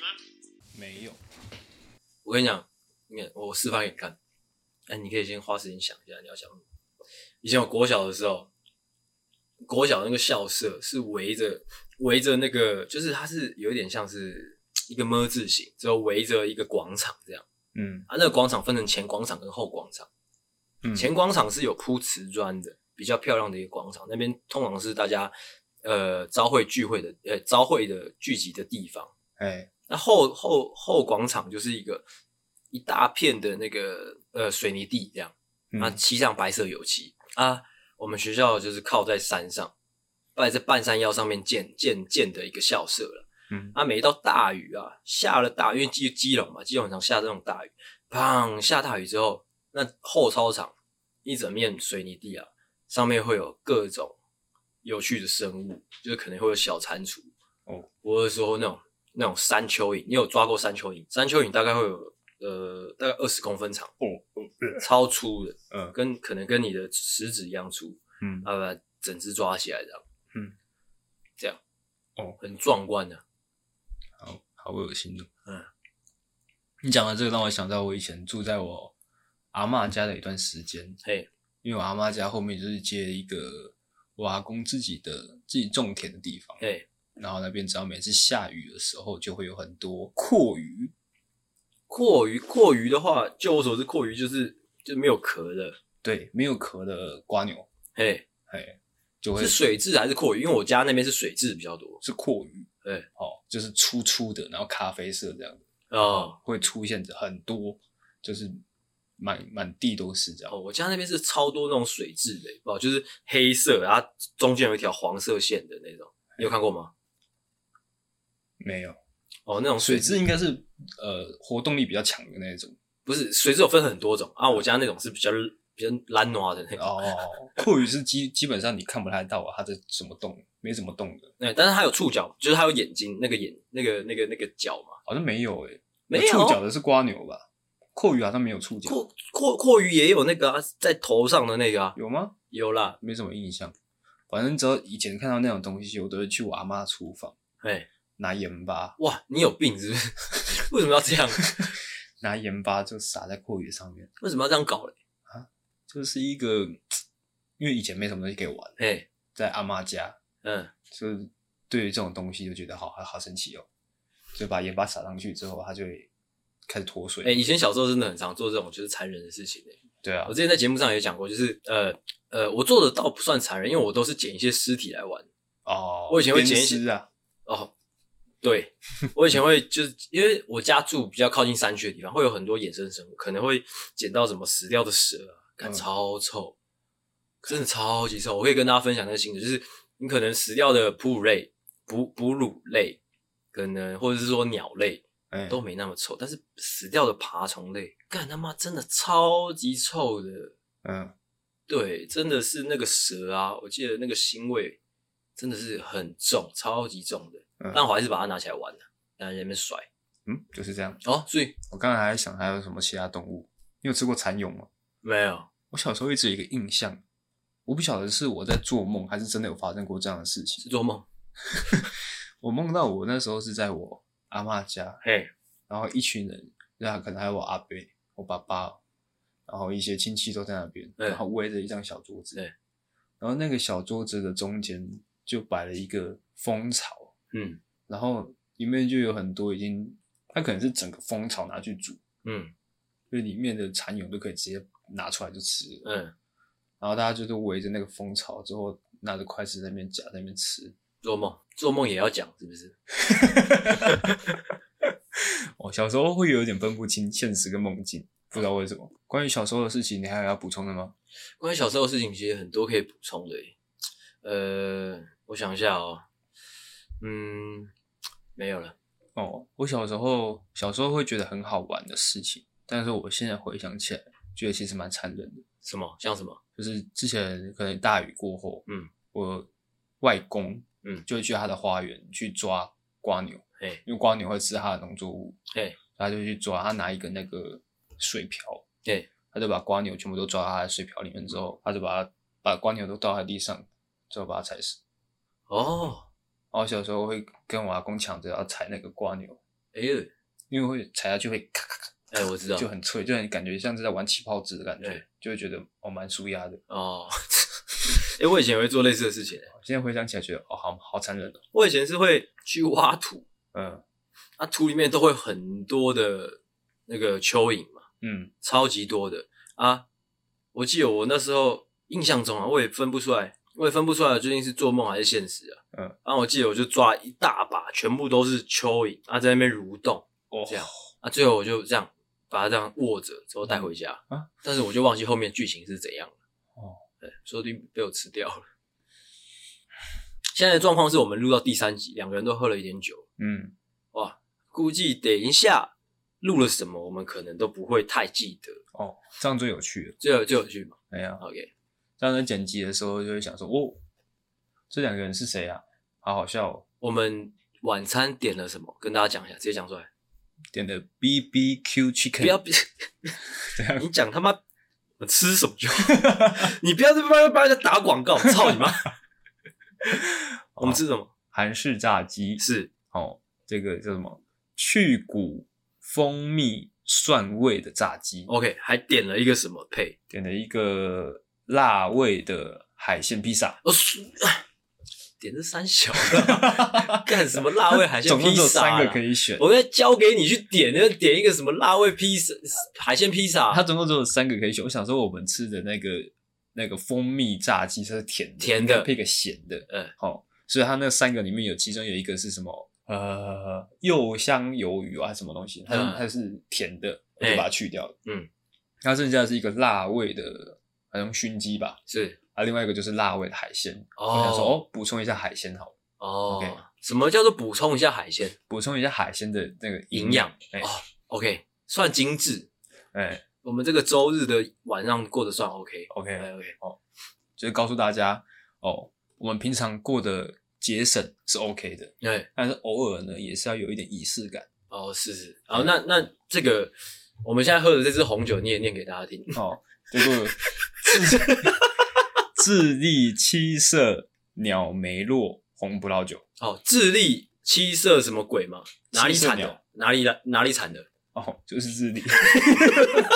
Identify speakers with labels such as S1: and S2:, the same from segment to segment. S1: 啊没有。
S2: 我跟你讲，你看我示范给你看，哎，你可以先花时间想一下你要想什么。以前我国小的时候，国小那个校舍是围着围着那个，就是它是有一点像是一个么字形，之后围着一个广场这样。
S1: 嗯
S2: 啊，那个广场分成前广场跟后广场，
S1: 嗯
S2: 前广场是有铺瓷砖的，比较漂亮的一个广场，那边通常是大家呃朝会聚会的呃朝会的聚集的地方。
S1: 哎
S2: 那后后后广场就是一个一大片的那个呃水泥地这样，
S1: 嗯
S2: 啊，漆上白色油漆啊。我们学校就是靠在山上，在这半山腰上面建建建的一个校舍了。
S1: 嗯
S2: 啊，每一到大雨啊，下了大雨，因为基基隆嘛，基隆很常下这种大雨，砰，下大雨之后，那后操场一整面水泥地啊，上面会有各种有趣的生物，就是可能会有小蟾蜍，
S1: 哦，
S2: 或者说那种那种山蚯蚓，你有抓过山蚯蚓？山蚯蚓大概会有呃大概二十公分长，
S1: 哦哦
S2: 超粗的，
S1: 呃
S2: 跟可能跟你的食指一样粗，
S1: 嗯
S2: 啊，把整只抓起来这样，
S1: 嗯，
S2: 这样，
S1: 哦，
S2: 很壮观的、
S1: 好好恶心哦。
S2: 嗯，
S1: 你讲的这个让我想到我以前住在我阿嬷家的一段时间，
S2: 嘿，
S1: 因为我阿嬷家后面就是接一个我阿公自己的自己种田的地方，
S2: 嘿，
S1: 然后那边只要每次下雨的时候，就会有很多阔鱼，
S2: 阔鱼，阔鱼的话，就我所知，阔鱼就是就没有壳的，
S1: 对，没有壳的瓜牛，
S2: 嘿，
S1: 哎，就会
S2: 是水蛭还是阔鱼？因为我家那边是水蛭比较多，
S1: 是阔鱼，
S2: 对，
S1: 哦，就是粗粗的，然后咖啡色这样的，
S2: 哦，
S1: 会出现着很多，就是满满地都是这样。
S2: 哦，我家那边是超多那种水蛭的，不好，就是黑色，然后中间有一条黄色线的那种，你有看过吗？
S1: 没有
S2: 哦，那种水
S1: 水蛭
S2: 蛭
S1: 应该是呃活动力比较强的那种。
S2: 不是水蛭有分很多种啊，我家那种是比较比较懒惰的那种，
S1: 哦，阔鱼是基基本上你看不太到啊，它在怎么动，没怎么动的，
S2: 那、但是它有触角，就是它有眼睛，那个眼那个那个那个角嘛，
S1: 好像没有诶、
S2: 没
S1: 有
S2: 有
S1: 触角的是瓜牛吧？阔鱼好像没有触角，
S2: 阔阔阔鱼也有那个、啊、在头上的那个啊，
S1: 有吗？
S2: 有啦，
S1: 没什么印象。反正只要以前看到那种东西，我都会去我阿妈厨房
S2: 哎。
S1: 拿盐巴，
S2: 哇，你有病是不是？ 为什么要这样？
S1: 拿盐巴就撒在阔鱼上面，
S2: 为什么要这样搞嘞？
S1: 就是一个，因为以前没什么东西可以玩，
S2: 哎，
S1: 在阿妈家，
S2: 嗯，
S1: 就是对于这种东西就觉得好好好神奇哦，就把盐巴撒上去之后，它就会开始脱水。
S2: 哎，以前小时候真的很常做这种就是残忍的事情哎、
S1: 对啊
S2: 我，之前在节目上也讲过，就是呃呃，我做的倒不算残忍，因为我都是捡一些尸体来玩。
S1: 哦，
S2: 我以前会捡一
S1: 鞭
S2: 些
S1: 尸啊，
S2: 哦，对，我以前会就是因为我家住比较靠近山区的地方，会有很多野生生物，可能会捡到什么死掉的蛇啊，看
S1: 嗯
S2: 超臭，真的超级臭。我可以跟大家分享那个心得，就是你可能死掉的哺乳类、哺哺乳类，可能或者是说鸟类
S1: 哎、
S2: 都没那么臭，但是死掉的爬虫类，干他妈真的超级臭的。
S1: 嗯，
S2: 对，真的是那个蛇啊，我记得那个腥味真的是很重，超级重的。
S1: 嗯
S2: 但我还是把它拿起来玩了，然后在那边甩。
S1: 嗯，就是这样。
S2: 哦，所以
S1: 我刚才还在想还有什么其他动物，你有吃过蚕蛹吗？
S2: 没有，
S1: 我小时候一直有一个印象，我不晓得是我在做梦，还是真的有发生过这样的事情。
S2: 是做梦。
S1: 我梦到我那时候是在我阿嬷家，
S2: 嘿，
S1: 然后一群人，那可能还有我阿伯、我爸爸，然后一些亲戚都在那边，
S2: 嗯
S1: 然后围着一张小桌子，
S2: 对
S1: 然后那个小桌子的中间就摆了一个蜂巢，
S2: 嗯
S1: 然后里面就有很多已经，它可能是整个蜂巢拿去煮，
S2: 嗯
S1: 就是里面的蚕蛹都可以直接拿出来就吃了，
S2: 嗯，
S1: 然后大家就是围着那个蜂巢之后拿着筷子在那边夹在那边吃，
S2: 做梦，做梦也要讲是不是？
S1: 我哦小时候会有点分不清现实跟梦境，不知道为什么。关于小时候的事情，你还有要补充的吗？
S2: 关于小时候的事情，其实很多可以补充的耶。呃，我想一下哦，嗯，没有了。
S1: 哦，我小时候小时候会觉得很好玩的事情，但是我现在回想起来，觉得其实蛮残忍的。
S2: 什么？像什么？
S1: 就是之前可能大雨过后，
S2: 嗯，
S1: 我外公，
S2: 嗯
S1: 就会去他的花园去抓瓜牛，
S2: 嘿，
S1: 因为瓜牛会吃它的农作物，
S2: 嘿，
S1: 他就去抓，他拿一个那个水瓢，
S2: 嘿，
S1: 他就把瓜牛全部都抓到他的水瓢里面之后，他就把它把瓜牛都倒在地上，之后把它踩死。
S2: 哦，
S1: 然后小时候会跟我阿公抢着要踩那个瓜牛，
S2: 哎呦，
S1: 因为会踩下去会咔咔咔，
S2: 哎、我知道，
S1: 就很脆，就很感觉像是在玩起泡纸的感
S2: 对
S1: 觉，就会觉得哦蛮舒压的。
S2: 哦， 哎、我以前也会做类似的事情、欸，
S1: 现在回想起来觉得哦好好残忍哦，
S2: 我以前是会去挖土，
S1: 嗯
S2: 啊，土里面都会很多的那个蚯蚓嘛，
S1: 嗯
S2: 超级多的啊。我记得我那时候印象中啊，我也分不出来，我也分不出来究竟是做梦还是现实啊。
S1: 嗯，
S2: 然后我记得我就抓一大把，全部都是蚯蚓啊，在那边蠕动
S1: 哦
S2: 这样啊。最后我就这样把它这样握着，之后带回家、
S1: 嗯啊。
S2: 但是我就忘记后面剧情是怎样了。
S1: 哦，
S2: 对，说不定被我吃掉了。现在的状况是我们录到第三集，两个人都喝了一点酒，
S1: 嗯
S2: 哇，估计等一下录了什么，我们可能都不会太记得。
S1: 哦这样最有趣了，
S2: 最有最有趣嘛
S1: 哎呀，
S2: ，OK，
S1: 这样在剪辑的时候就会想说哦这两个人是谁啊，好好笑哦，
S2: 我们晚餐点了什么，跟大家讲一下，直接讲出
S1: 嗯
S2: 来，
S1: 点的 B B Q
S2: 不 要
S1: chicken，
S2: 你讲他妈我吃什么就， 你不要在帮帮人家打广告，操你妈！
S1: 啊
S2: 我们吃什么？
S1: 韩式炸鸡
S2: 是
S1: 哦，这个叫什么去骨蜂蜜蒜味的炸鸡，
S2: OK，还点了一个什么配？
S1: 点了一个辣味的海鲜披萨，
S2: 哦，嘘点这三小， 干什么辣味海鲜
S1: 总共
S2: 披
S1: 只有
S2: 萨啦？
S1: 三个可以选，
S2: 我在交给你去点，那点一个什么辣味披萨、海鲜披萨，啊
S1: 它总共只有三个可以选。我想说我们吃的那个那个蜂蜜炸鸡它是甜的，
S2: 甜的
S1: 应该配个咸的，
S2: 嗯，
S1: 哦，所以它那三个里面有其中有一个是什么？呃，柚香鱿鱼啊，什么东西？它是、
S2: 嗯
S1: 它是甜的，我
S2: 哎
S1: 就把它去掉了。
S2: 嗯，
S1: 它剩下的是一个辣味的，好像熏鸡吧。
S2: 是
S1: 啊，另外一个就是辣味的海鲜。
S2: 哦
S1: 我想说，哦，补充一下海鲜好了，
S2: 哦
S1: OK
S2: 什么叫做补充一下海鲜
S1: 补充一下海鲜的那个
S2: 营养？
S1: 哎
S2: 哦，OK，算精致。
S1: 哎
S2: 我们这个周日的晚上过得算 OK。哎
S1: ，OK，
S2: OK，
S1: 就是告诉大家，哦，我们平常过得节省是 OK 的，
S2: 对，
S1: 但是偶尔呢，也是要有一点仪式感。
S2: 哎哦，是是。好，那那这个我们现在喝的这支红酒，你也念给大家听。
S1: 哦，结果智智利七色鸟梅洛红葡萄酒，
S2: 哦，智利七色什么鬼嘛？哪里
S1: 七色
S2: 产的
S1: 鸟？
S2: 哪里来？哪里产的？
S1: 哦，就是智利。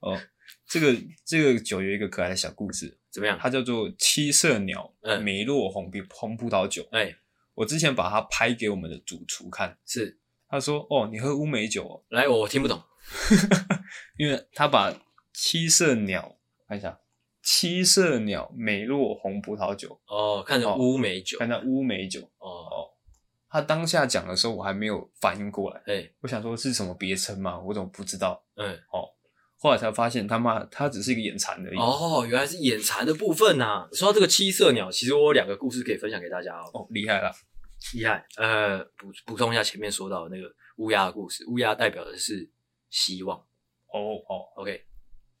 S1: 哦，这个这个酒有一个可爱的小故事，
S2: 怎么样？
S1: 它叫做七色鸟
S2: 嗯
S1: 梅洛红葡红葡萄酒。
S2: 哎，
S1: 我之前把它拍给我们的主厨看，
S2: 是
S1: 他说：“哦，你喝乌梅酒、哦，
S2: 来，我听不懂。
S1: 因为他把七色鸟看一下，七色鸟梅洛红葡萄酒，
S2: 哦，看着
S1: 哦
S2: 乌梅酒。
S1: 看到乌梅酒。
S2: 哦，
S1: 他当下讲的时候，我还没有反应过来，
S2: 哎，
S1: 我想说是什么别称嘛，我怎么不知道？
S2: 嗯，
S1: 后来才发现他妈他只是一个眼馋而已。
S2: 哦，原来是眼馋的部分呐、说到这个七色鸟，其实我有两个故事可以分享给大家哦。
S1: 哦，厉害了，
S2: 厉害。呃，补补充一下前面说到的那个乌鸦的故事，乌鸦代表的是希望。
S1: 哦哦，
S2: OK，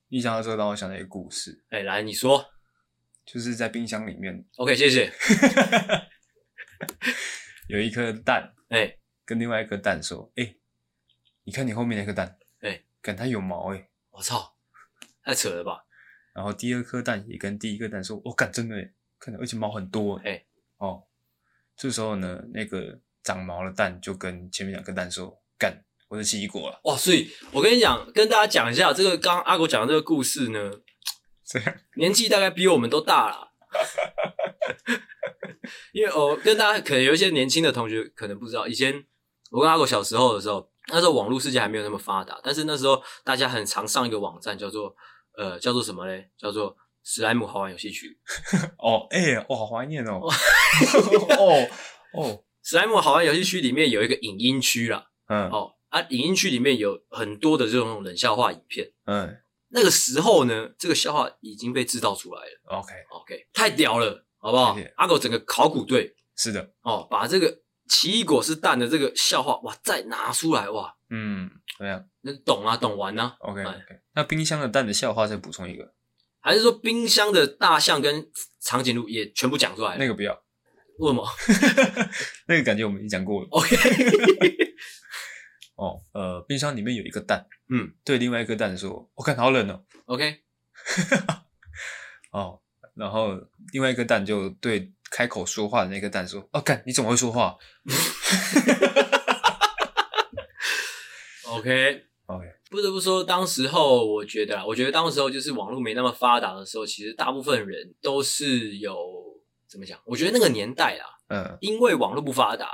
S1: 一想到这个，让我想到一个故事，
S2: 哎、来你说。
S1: 就是在冰箱里面
S2: OK，谢谢。
S1: 有一颗蛋，
S2: 哎、
S1: 跟另外一颗蛋说：“哎、你看你后面那颗蛋，
S2: 哎
S1: 看它有毛哎、
S2: 我操，太扯了吧？
S1: 然后第二颗蛋也跟第一颗蛋说：“我、哦、干，真的哎、看到而且毛很多哎、
S2: 哎
S1: 哦，这时候呢，那个长毛的蛋就跟前面两颗蛋说：“干，我是奇异果了。
S2: 哇，所以我跟你讲，跟大家讲一下，这个刚刚阿狗讲的这个故事呢，”
S1: 这样
S2: 年纪大概比我们都大 啦。因为我跟大家可能有一些年轻的同学可能不知道，以前我跟阿狗小时候的时候，那时候网络世界还没有那么发达，但是那时候大家很常上一个网站叫做呃叫做什么嘞？叫做史莱姆好玩游戏区。
S1: 哦，哎、我好怀念哦，哦哦，
S2: 史莱姆好玩游戏区里面有一个影音区啦，
S1: 嗯
S2: 哦啊，影音区里面有很多的这种冷笑话影片。
S1: 嗯
S2: 那个时候呢，这个笑话已经被制造出来了。
S1: ，OK，
S2: OK，太屌了，好不好
S1: 谢谢？
S2: 阿狗整个考古队
S1: 是的，
S2: 哦，把这个奇异果是蛋的这个笑话，哇，再拿出来，哇，
S1: 嗯，怎么样
S2: 那懂啊，懂完啊，
S1: ？OK
S2: 哎
S1: OK，那冰箱的蛋的笑话再补充一个，
S2: 还是说冰箱的大象跟长颈鹿也全部讲出来？
S1: 那个不要，
S2: 为什么
S1: 那个感觉我们已经讲过了。
S2: ？OK，
S1: 哦，呃，冰箱里面有一个蛋，
S2: 嗯
S1: 对另外一个蛋说：“我、看好冷哦。
S2: ，OK，”
S1: 哦，然后另外一个蛋就对开口说话的那个蛋说：“哦，干，你怎么会说话？”
S2: OK，
S1: OK，
S2: 不得不说，当时候我觉得啊，我觉得当时候就是网络没那么发达的时候，其实大部分人都是有怎么讲？我觉得那个年代啊，
S1: 嗯
S2: 因为网络不发达，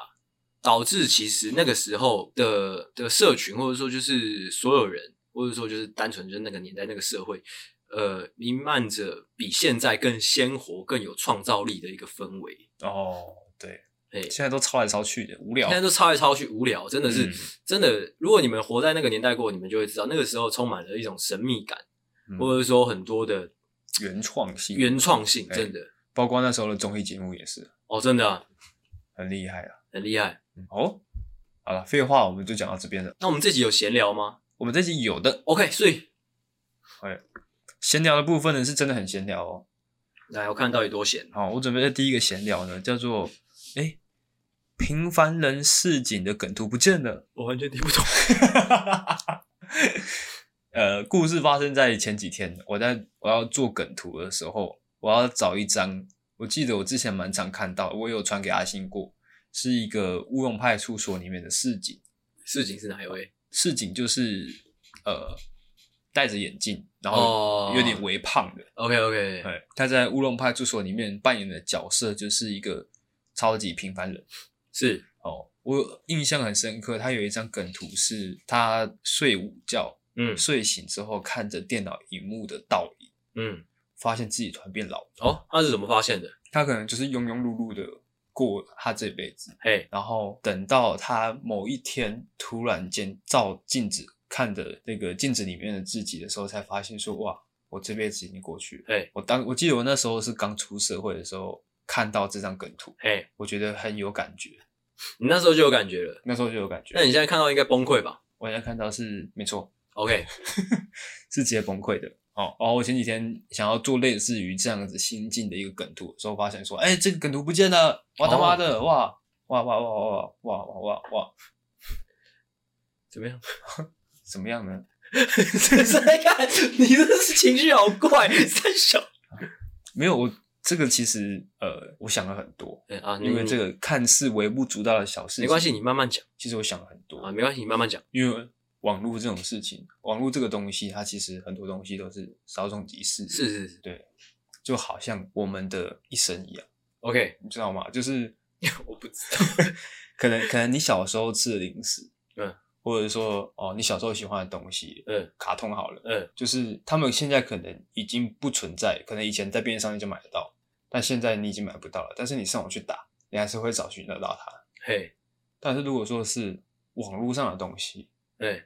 S2: 导致其实那个时候的的社群，或者说就是所有人，或者说就是单纯就是那个年代那个社会，呃，弥漫着比现在更鲜活、更有创造力的一个氛围。
S1: 哦，对，
S2: 哎、
S1: 现在都抄来抄去的，无聊
S2: 现。在都抄来抄去，无聊，真的是、
S1: 嗯
S2: 真的。如果你们活在那个年代过，你们就会知道，那个时候充满了一种神秘感，
S1: 嗯
S2: 或者说很多的
S1: 原创性，
S2: 原创性，
S1: 哎
S2: 真的、
S1: 包括那时候的综艺节目也是
S2: 哦，真的啊、
S1: 很厉害啊。
S2: 很厉害。
S1: 哦，好了，废话我们就讲到这边了。
S2: 那我们这集有闲聊吗
S1: 我们这集有的
S2: ？OK，所以
S1: 闲聊的部分呢，是真的很闲聊哦。
S2: 来我看到底多闲。
S1: 好，我准备的第一个闲聊呢，叫做哎、诶平凡人市井的梗图不见了。
S2: 我完全听不懂。
S1: 呃，故事发生在前几天，我在我要做梗图的时候，我要找一张，我记得我之前蛮常看到，我有传给阿信过，是一个乌龙派出所里面的市井，
S2: 事情是哪一位？
S1: 市井就是呃戴着眼镜，然后
S2: 哦哎
S1: 有点微胖的，
S2: OK
S1: 对，
S2: OK，
S1: 哎他在乌龙派出所里面扮演的角色就是一个超级平凡人
S2: 是
S1: 哦。我有印象很深刻，他有一张梗图是他睡午觉，
S2: 嗯
S1: 睡醒之后看着电脑荧幕的倒影，
S2: 嗯。
S1: 发现自己突然变老。
S2: 哦，他是怎么发现的？
S1: 他可能就是庸庸碌碌的过他这辈子，
S2: 嘿，
S1: 然后等到他某一天突然间照镜子看着那个镜子里面的自己的时候，才发现说哇，我这辈子已经过去了。
S2: 嘿，
S1: 我当我记得我那时候是刚出社会的时候，看到这张梗图，
S2: 嘿，
S1: 我觉得很有感觉，
S2: 你那时候就有感觉了。
S1: 那时候就有感觉
S2: 那。你现在看到应该崩溃吧
S1: 我现在看到是没错，
S2: ？OK，
S1: 是直接崩溃的。哦，然后我前几天想要做类似于这样子新进的一个梗图的时候，发现说，哎、这个梗图不见了，我他妈的，哇哇哇哇哇哇哇哇哇，
S2: 怎么 样？
S1: 怎么样呢？
S2: 这是在看你这是情绪好 怪，三小。
S1: 没有，我这个其实呃，我想了很多，
S2: 哎啊，
S1: 因为这
S2: 个
S1: 个看似微不足道的小事情，
S2: 没关系，你慢慢讲
S1: 其实我想了很多
S2: 嗯啊，没关系，你慢慢讲。
S1: 因为网络这种事情，网络这个东西，它其实很多东西都是稍纵即逝，
S2: 是是是
S1: 对，就好像我们的一生一样，
S2: ，OK，
S1: 你知道吗？就是
S2: 我不知道。
S1: 可能可能你小时候吃的零食，
S2: 嗯，
S1: 或者说哦你小时候喜欢的东西，
S2: 嗯
S1: 卡通好了，
S2: 嗯，
S1: 就是他们现在可能已经不存在，可能以前在便利商店就买得到，但现在你已经买不到了。但是你上网去打，你还是会找寻得到它。
S2: 嘿，
S1: 但是如果说是网络上的东西，
S2: 哎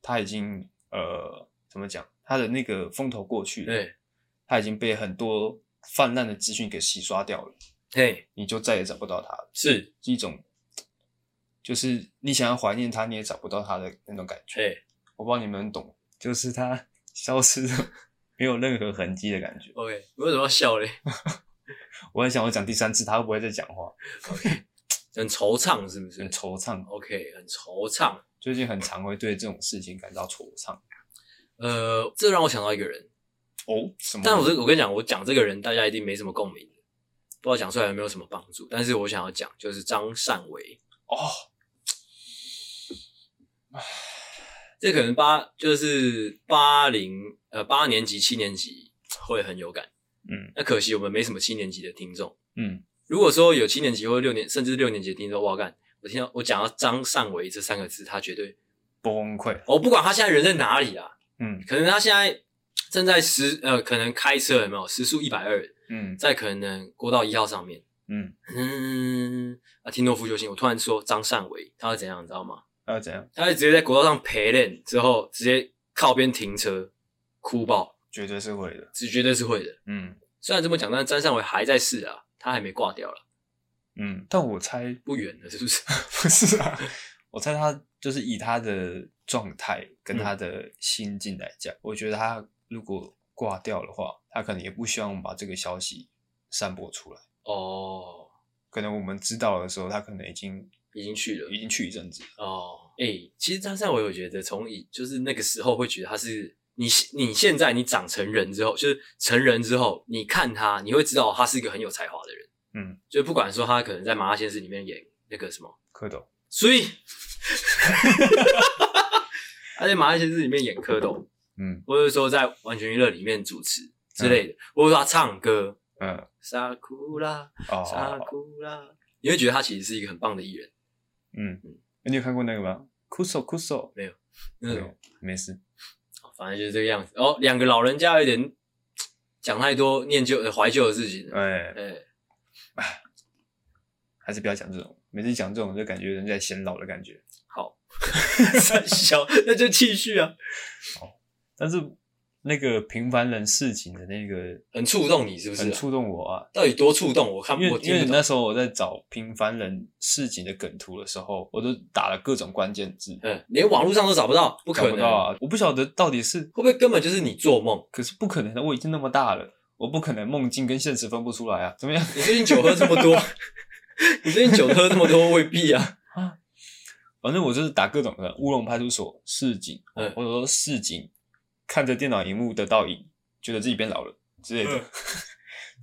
S1: 它已经呃怎么讲，它的那个风头过去了，
S2: 哎
S1: 它已经被很多泛滥的资讯给洗刷掉了，
S2: 嘿，
S1: 你就再也找不到它了，
S2: 是
S1: 是一种。就是你想要怀念它，你也找不到它的那种感觉。
S2: 嘿
S1: 我不知道你们懂，就是它 消失的，没有任何痕迹的感觉。
S2: OK，你为什么要笑嘞？
S1: 我很想我讲第三次，他会不会再讲话？
S2: 很惆怅是不是
S1: 很惆怅，哦
S2: ？OK，很惆怅。
S1: 最近很常会对这种事情感到惆怅。
S2: 呃，这让我想到一个人，
S1: 哦，什么？
S2: 但我这我跟你讲，我讲这个人，大家一定没什么共鸣，不知道讲出来有没有什么帮助。但是我想要讲，就是张善伟，
S1: 哦，
S2: 这可能八就是八零呃八年级、七年级会很有感。
S1: 嗯，
S2: 那可惜我们没什么七年级的听众。
S1: 嗯，
S2: 如果说有七年级或六年甚至六年级的听众，哇干，我听到我讲到张善伟这三个字，他绝对，哦
S1: 崩溃。
S2: 我、不管他现在人在哪里啊，
S1: 嗯
S2: 可能他现在正在时呃可能开车有没有时速一百二，
S1: 嗯
S2: 在可能国道一号上面。
S1: 嗯，
S2: 嗯，啊，听诺夫救星，我突然说张善伟，他会怎样，你知道吗？
S1: 那要怎样？
S2: 他会直接在国道上陪练，之后直接靠边停车，哭爆，
S1: 绝对是会的。
S2: 这绝对是会的。
S1: 嗯
S2: 虽然这么讲，但是张善伟还在试啊，他还没挂掉了，
S1: 嗯，但我猜
S2: 不远了，是不是？
S1: 不是啊，我猜他就是以他的状态跟
S2: 嗯
S1: 他的心境来讲，我觉得他如果挂掉的话，他可能也不希望把这个消息散播出来。
S2: 哦，
S1: 可能我们知道的时候，他可能已经
S2: 已经去了
S1: 已经去一阵子了。
S2: 哦，哎、其实张善伟，我觉得从以就是那个时候会觉得他是你，你现在你长成人之后，就是成人之后，你看他，你会知道他是一个很有才华的人。
S1: 嗯，
S2: 就不管说他可能在《麻辣鲜师》里面演那个什么。
S1: 蝌蚪，
S2: 所以， 他在《麻辣鲜师》里面演蝌蚪，
S1: 嗯
S2: 或者说在《完全娱乐》里面主持之类的，或者说他唱歌，
S1: 嗯，
S2: 沙库拉，沙
S1: 哦，
S2: 库拉，你会觉得他其实是一个很棒的艺人，
S1: 嗯，你有看过那个吗？Kuso Kuso，
S2: 那
S1: 嗯
S2: 种
S1: 没事，
S2: 反正就是这个样子。哦，两个老人家有点讲太多念旧、呃怀旧的事情了。
S1: 哎，
S2: 哎，
S1: 还是不要讲这种，每次讲这种就感觉人在显老的感觉。
S2: 好， 三小，那就继续啊。
S1: 但是那个平凡人事情的那个
S2: 很触动你是不是啊
S1: 很触动我啊，
S2: 到底多触动？我看
S1: 因
S2: 我
S1: 为因
S2: 听
S1: 为
S2: 不
S1: 那
S2: 懂。
S1: 时候我在找平凡人事情的梗图的时候，我都打了各种关键字，
S2: 嗯，连网络上都找不到，
S1: 不
S2: 不可
S1: 不
S2: 能。
S1: 到啊！我不晓得到底是，
S2: 会不会根本就是你做梦？
S1: 可是不可能的，我已经那么大了，我不可能梦境跟现实分不出来啊！怎么样？
S2: 你最近酒喝这么多，你最近酒喝这么多未 必啊。
S1: 反正我就是打各种的乌龙派出所市井，
S2: 嗯
S1: 或者说市井看着电脑荧幕的倒影，觉得自己变老了之类的、
S2: 嗯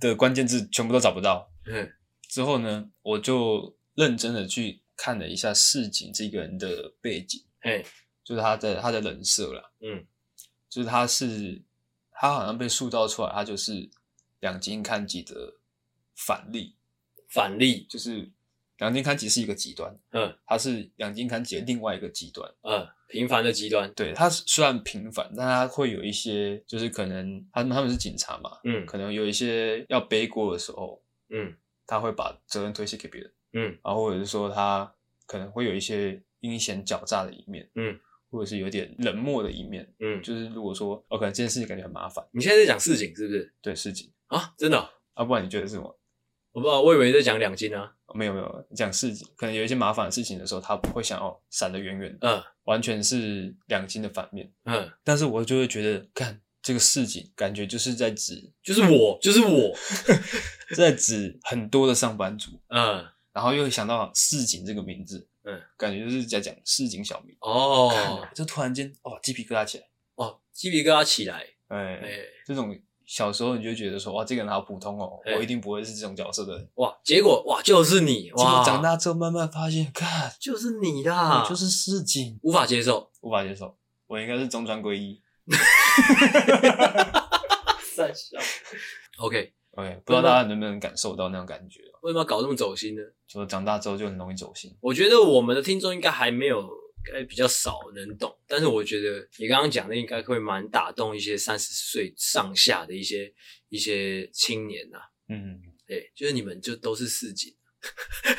S1: 的关键字全部都找不到。
S2: 嗯
S1: 之后呢，我就认真的去看了一下市井这个人的背景，
S2: 哎，
S1: 就是他的他的人设啦，
S2: 嗯，
S1: 就是他是他好像被塑造出来，他就是两金看吉的反例，哦
S2: 反例，
S1: 就是两金看吉是一个极端，
S2: 嗯
S1: 他是两金看吉的另外一个极端。
S2: 嗯，平凡的极端，
S1: 对他虽然平凡，但他会有一些，就是可能他们他们是警察嘛，
S2: 嗯
S1: 可能有一些要背锅的时候，
S2: 嗯
S1: 他会把责任推卸给别人，
S2: 嗯，
S1: 然后或者是说他可能会有一些阴险狡诈的一面，
S2: 嗯，
S1: 或者是有点冷漠的一面，
S2: 嗯。
S1: 就是如果说哦，可能这件事情感觉很麻烦，
S2: 你现在在讲市井是不是
S1: 对事情，
S2: 啊？真的哦、
S1: 啊，不然你觉得是什么？
S2: 我不知道，我以为在讲两金啊。
S1: 哦没有没有，讲事情，可能有一些麻烦的事情的时候，他会想要闪得远远的，
S2: 嗯
S1: 完全是两金的反面。
S2: 嗯，
S1: 但是我就会觉得，看这个市井，感觉就是在指
S2: 就是我，就是我。
S1: 在指很多的上班族，
S2: 嗯，
S1: 然后又想到市井这个名字，
S2: 嗯，
S1: 感觉就是在讲市井小民，
S2: 哦
S1: 就突然间哦鸡皮疙瘩起来，
S2: 哦，鸡皮疙瘩起来。
S1: 哎、
S2: 哎，
S1: 这种小时候你就会觉得说哇这个人好普通哦，
S2: 哎
S1: 我一定不会是这种角色的人，
S2: 哇，结果哇就是你
S1: 结果
S2: 哇，
S1: 长大之后慢慢发现，看
S2: 就是你啦，
S1: 我就是市井，
S2: 无法接受。
S1: 无法接受，我应该是中专归一
S2: 三笑。OK，
S1: ，OK，不知道大家能不能感受到那种感觉，
S2: 为什么要搞这么走心呢？
S1: 就长大之后就很容易走心，
S2: 我觉得我们的听众应该还没有，该比较少能懂。但是我觉得你刚刚讲的应该会蛮打动一些三十岁上下的一些一些青年呐、
S1: 嗯，
S2: 对，就是你们就都是市井，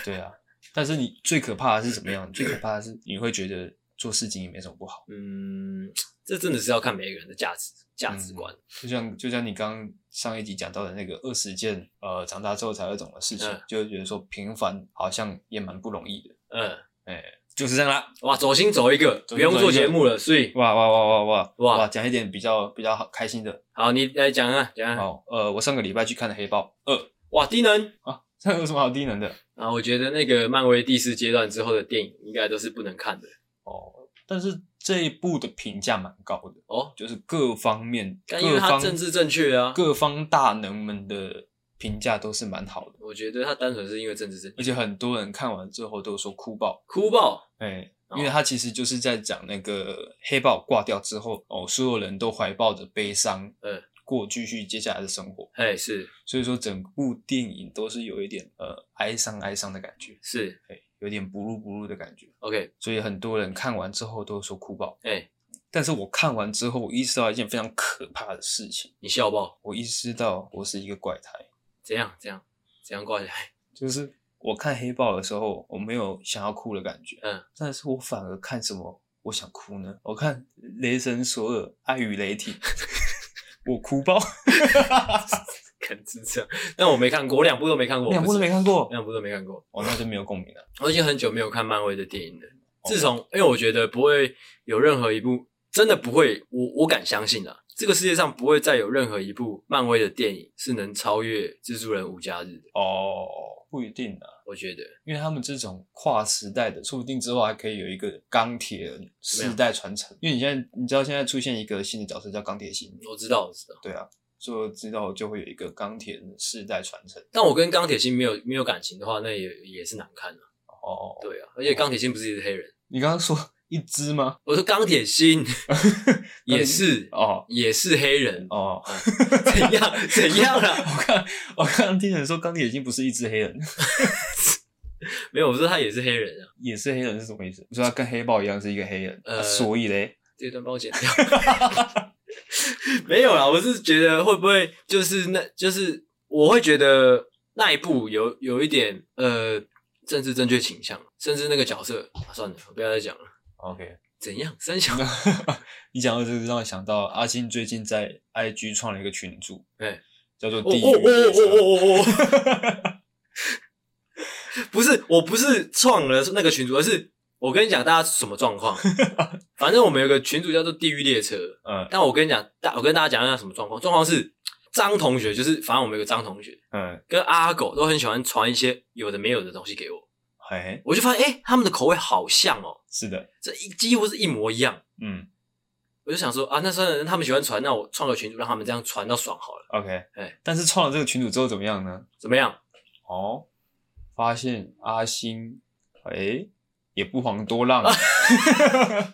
S1: 对啊，但是你最可怕的是怎么样？最可怕的是你会觉得做事情也没什么不好。
S2: 嗯，这真的是要看每一个人的价值价
S1: 嗯
S2: 值观。
S1: 就像就像你刚上一集讲到的那个二十件呃长大之后才会懂的事情，
S2: 嗯
S1: 就会觉得说平凡好像也蛮不容易的，
S2: 嗯
S1: 就是这样啦。
S2: 哇，走心走一个，
S1: 走心走一个
S2: 不用做节目了，所以
S1: 哇哇哇哇哇
S2: 哇
S1: 哇！讲一点比较比较好开心的。
S2: 好，你来讲啊讲啊，
S1: 好，呃，我上个礼拜去看了《黑豹二》，
S2: 哇，低能
S1: 这有什么好低能的？
S2: 啊！我觉得那个漫威第四阶段之后的电影应该都是不能看的
S1: 哦，但是这一部的评价蛮高的，
S2: 哦，
S1: 就是各方面
S2: 但因
S1: 各
S2: 为它
S1: 方
S2: 政治正确啊，
S1: 各方大能们的评价都是蛮好的，
S2: 我觉得他单纯是因为政治正确
S1: 而且很多人看完之后都说哭爆。
S2: 哭爆，
S1: 哎、
S2: 哦
S1: 因为他其实就是在讲那个黑豹挂掉之后，哦，所有人都怀抱着悲伤，
S2: 嗯，
S1: 过继续接下来的生活。
S2: 哎，是
S1: 所以说，整部电影都是有一点呃哀伤哀伤的感觉，
S2: 是
S1: 哎、有点不入不入的感觉。
S2: ，OK，
S1: 所以很多人看完之后都说哭爆。
S2: 哎，
S1: 但是我看完之后，我意识到一件非常可怕的事情，
S2: 你笑爆，
S1: 我意识到我是一个怪胎，
S2: 怎样怎样怎样挂起来，
S1: 就是我看黑豹的时候，我没有想要哭的感觉，
S2: 嗯，
S1: 但是我反而看什么，我想哭呢？我看雷神索尔爱与雷霆， 我哭爆，
S2: 肯是这样，但我没看过，我两部都没看过，
S1: 两部都没看
S2: 我
S1: 过
S2: 不是，两部都没看过，
S1: 哦，那就没有共鸣了。
S2: 我已经很久没有看漫威的电影了。自从，因为我觉得不会有任何一部，真的不会，我我敢相信啊，这个世界上不会再有任何一部漫威的电影是能超越《蜘蛛人：无家日》的。
S1: 哦，不一定啊，
S2: 我觉得
S1: 因为他们这种跨时代的，说不定之后还可以有一个钢铁人世代传承。因为你现在你知道现在出现一个新的角色叫钢铁心，
S2: 我知道，我知道，
S1: 对啊，所以知道就会有一个钢铁人世代传承。
S2: 但我跟钢铁心没有没有感情的话，那也也是难看的、啊。
S1: 哦，
S2: 对啊，而且钢铁心不是也是黑人，
S1: 你刚刚说一只吗？
S2: 我说钢 铁心也是
S1: 哦
S2: 也是黑人，
S1: 哦，
S2: 怎 样怎样啊啦？
S1: 我看我刚刚听人说钢铁已经不是一只黑人，
S2: 没有，我说他也是黑人啊。
S1: 也是黑人是什么意思？你说他跟黑豹一样是一个黑人，啊
S2: 呃
S1: 所以嘞，
S2: 这段帮我剪掉。 没有啦，我是觉得会不会就是那，就是我会觉得那一部有有一点呃政治正确倾向，甚至那个角色、啊算了，我不要再讲了。
S1: OK，
S2: 怎样？三小？哦
S1: 你讲到这个让我想到阿星最近在 IG 创了一个群组，
S2: 哎，
S1: 叫做
S2: 哦
S1: 地
S2: 哦哦
S1: 狱列车。
S2: 哦哦哦哦！不是，我不是创了那个群主，而是我跟你讲大家什么状 况。反正我们有个群主叫做“地狱列车”，
S1: 嗯
S2: 但我跟你讲，大我跟大家讲一下什么状况。状况是张同学，就是反正我们有个张同学
S1: 嗯，
S2: 跟阿狗都很喜欢传一些有的没有的东西给我，
S1: 哎，
S2: 我就发现哎、诶他们的口味好像哦，
S1: 是的，
S2: 这一几乎是一模一样。
S1: 嗯
S2: 我就想说啊，那算了，他们喜欢传，那我创个群组让他们这样传到爽好了，
S1: ，OK，
S2: 哎
S1: 但是创了这个群组之后怎么样呢？
S2: 怎么样？
S1: 哦，发现阿星，哎，也不遑多
S2: 啊
S1: 让，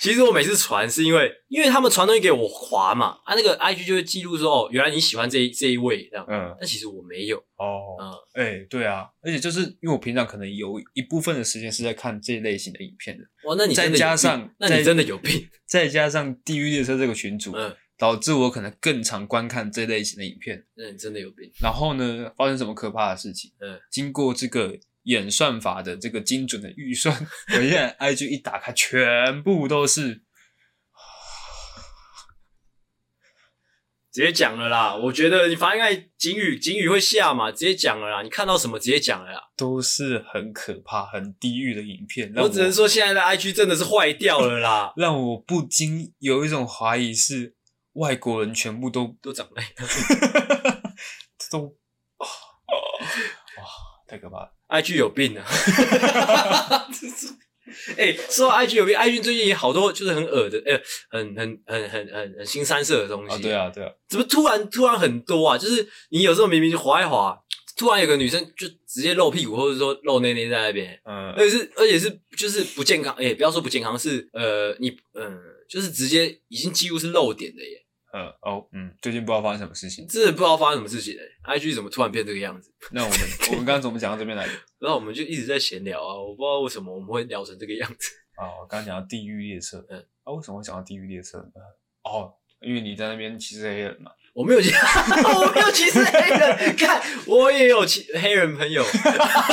S2: 其实我每次传是因为，因为他们传东西给我滑嘛，啊，那个 IG 就会记录说哦，原来你喜欢这一这一位这样，
S1: 嗯，
S2: 但其实我没有，嗯
S1: 哦，哎、对啊，而且就是因为我平常可能有一部分的时间是在看这类型的影片的，
S2: 哇，那你真的
S1: 再
S2: 有
S1: 加
S2: 病
S1: 上
S2: 那你
S1: 再
S2: 真的有病，
S1: 再加上《地狱列车》这个群组，
S2: 嗯，
S1: 导致我可能更常观看这类型的影片。
S2: 那你真的有病，
S1: 然后呢，发生什么可怕的事情？
S2: 嗯，
S1: 经过这个演算法的这个精准的预 算，我现在 IG 一打开，全部都是
S2: 直接讲了啦，我觉得你反正应该警语，警语会下嘛，直接讲了啦，你看到什么直接讲了啦。
S1: 都是很可怕、很地狱的影片。让，
S2: 我只能说现在的 IG 真的是坏掉了啦
S1: 让我不禁有一种怀疑是外国人全部都
S2: 都长哎那样。
S1: 都哇太可怕了。
S2: IG 有病啊！ 哎、说到 IG 有病，IG 最近也好多就是很恶的，呃、很很很很很很新三色的东西。
S1: 啊，对，啊，对啊，
S2: 怎么突然突然很多啊？就是你有时候明明就滑一滑，突然有个女生就直接露屁股，或者说露内内在那边，
S1: 嗯
S2: 而且是而且是就是不健康，哎、不要说不健康，是呃你嗯、就是直接已经几乎是露点的耶，
S1: 嗯哦嗯，最近不知道发生什么事情。
S2: 真的不知道发生什么事情哎、IG 怎么突然变这个样子？
S1: 那我 们我们刚刚怎么讲到这边来的？
S2: 然后我们就一直在闲聊啊，我不知道为什么我们会聊成这个样子。
S1: 啊，我刚刚讲到地狱列车，
S2: 嗯，
S1: 啊，为什么会讲到地狱列车呢？哦，因为你在那边歧视黑人 嘛。
S2: 我没有歧，我没有歧视黑人，看我也有歧黑人朋友。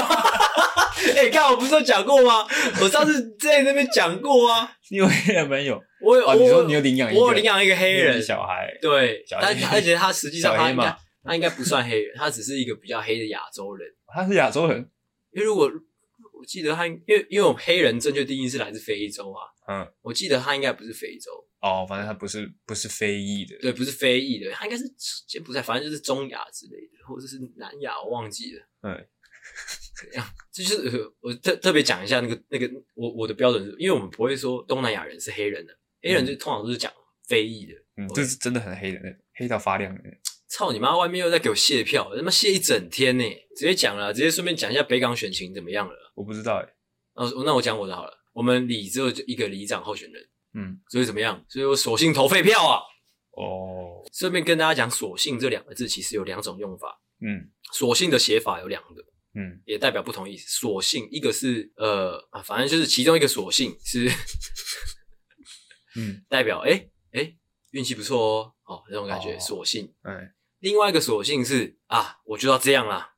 S2: 哎、看我不是有讲过吗？我上次在那边讲过啊，
S1: 你有黑人朋友？
S2: 我有、
S1: 哦，
S2: 我
S1: 你说你有领养一个？
S2: 我有领养一个黑
S1: 你有
S2: 人，
S1: 小孩？
S2: 对，
S1: 小
S2: 但
S1: 黑
S2: 而且他实际上
S1: 小
S2: 他
S1: 黑
S2: 应
S1: 嘛
S2: 该他应该不算黑人，他只是一个比较黑的亚洲人。
S1: 他是亚洲人。
S2: 因为如果我记得他，因为因为我们黑人正确定义是来自非洲啊，
S1: 嗯，
S2: 我记得他应该不是非洲，
S1: 哦，反正他不是不是非裔的。
S2: 对，不是非裔的，他应该是柬埔寨，反正就是中亚之类的，或者是南亚，我忘记了。
S1: 对，
S2: 怎样？这就是呃我特特别讲一下那个那个我我的标准是，因为我们不会说东南亚人是黑人的，黑人就通常都是讲非裔的。
S1: 嗯，这是真的很黑的那种，黑到发亮的那种。
S2: 操你妈！外面又在给我卸票，他妈卸一整天呢！直接讲了，直接顺便讲一下北港选情怎么样了。
S1: 我不知道哎。
S2: 那我那我讲我的好了，我们里只有一个里长候选人，
S1: 嗯，
S2: 所以怎么样？所以我索性投废票啊！
S1: 哦，
S2: 顺便跟大家讲，索性这两个字其实有两种用法，
S1: 嗯
S2: 索性的写法有两个，
S1: 嗯，
S2: 也代表不同意思。索性一个是呃啊，反正就是其中一个索性是
S1: 嗯
S2: 代表哎哎运气不错哦，哦那种感觉、
S1: 哦
S2: 索性。
S1: 哎
S2: 另外一个索性是啊，我就要这样啦，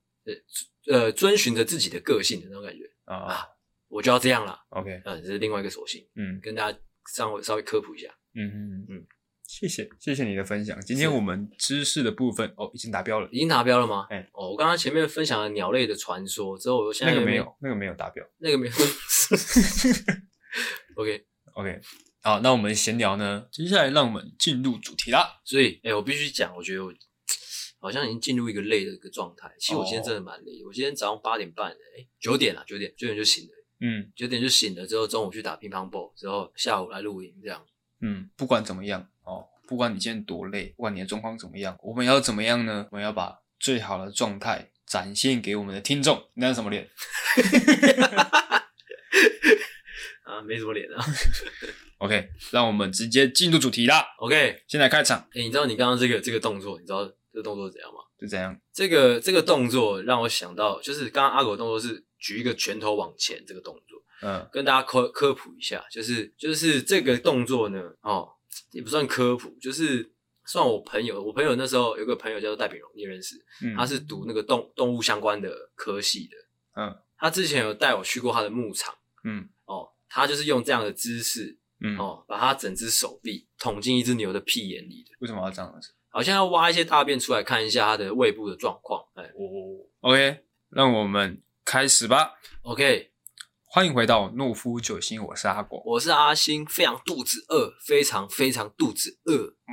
S2: 呃呃遵循着自己的个性的那种感觉，
S1: 啊
S2: 啊我就要这样啦，
S1: ，OK，
S2: 嗯、这是另外一个索性，
S1: 嗯
S2: 跟大家稍微稍微科普一下。
S1: 嗯嗯嗯
S2: 嗯，
S1: 谢谢谢谢你的分享。今天
S2: 是
S1: 我们知识的部分哦已经达标了，
S2: 已经达标了吗？
S1: 哎
S2: 哦，我刚刚前面分享了鸟类的传说之后，我现在
S1: 那呃个没有，那个没有达标。
S2: 那个没有。OK，
S1: OK，好，那我们闲聊呢，接下来让我们进入主题啦。
S2: 所以哎、我必须讲，我觉得我好像已经进入一个累的一个状态。其实我今天真的蛮累
S1: 哦
S2: 的，我今天早上八点半，哎、九点啊，九点九点就醒了，
S1: 嗯
S2: 九点就醒了之后，中午去打乒乓 ball，之后下午来露营，这样
S1: 嗯，不管怎么样哦，不管你今天多累，不管你的状况怎么样，我们要怎么样呢？我们要把最好的状态展现给我们的听众。那是什么脸？
S2: 啊，啊，没什么脸啊。
S1: OK，让我们直接进入主题啦。
S2: OK，哎、
S1: 先来开场，
S2: 你知道你刚刚这个这个动作，你知道这个动作是怎样吗？
S1: 就这样。
S2: 这个这个动作让我想到，就是刚刚阿狗的动作是举一个拳头往前这个动作，
S1: 嗯，
S2: 跟大家科科普一下，就是就是这个动作呢，哦，也不算科普，就是算我朋友，我朋友那时候有个朋友叫做戴炳荣，你也认识，
S1: 嗯
S2: 他是读那个动动物相关的科系的，
S1: 嗯，
S2: 他之前有带我去过他的牧场，
S1: 嗯
S2: 哦，他就是用这样的姿势，
S1: 嗯，
S2: 哦，把他整只手臂捅进一只牛的屁眼里的，
S1: 为什么要这样子
S2: 好像要挖一些大便出来看一下它的胃部的状况，哎，我我我
S1: ？OK，让我们开始吧。
S2: ，OK，
S1: 欢迎回到《懦夫救星》，我是阿果。
S2: 我是阿星，非常肚子饿，非常非常肚子饿，
S1: 嗯，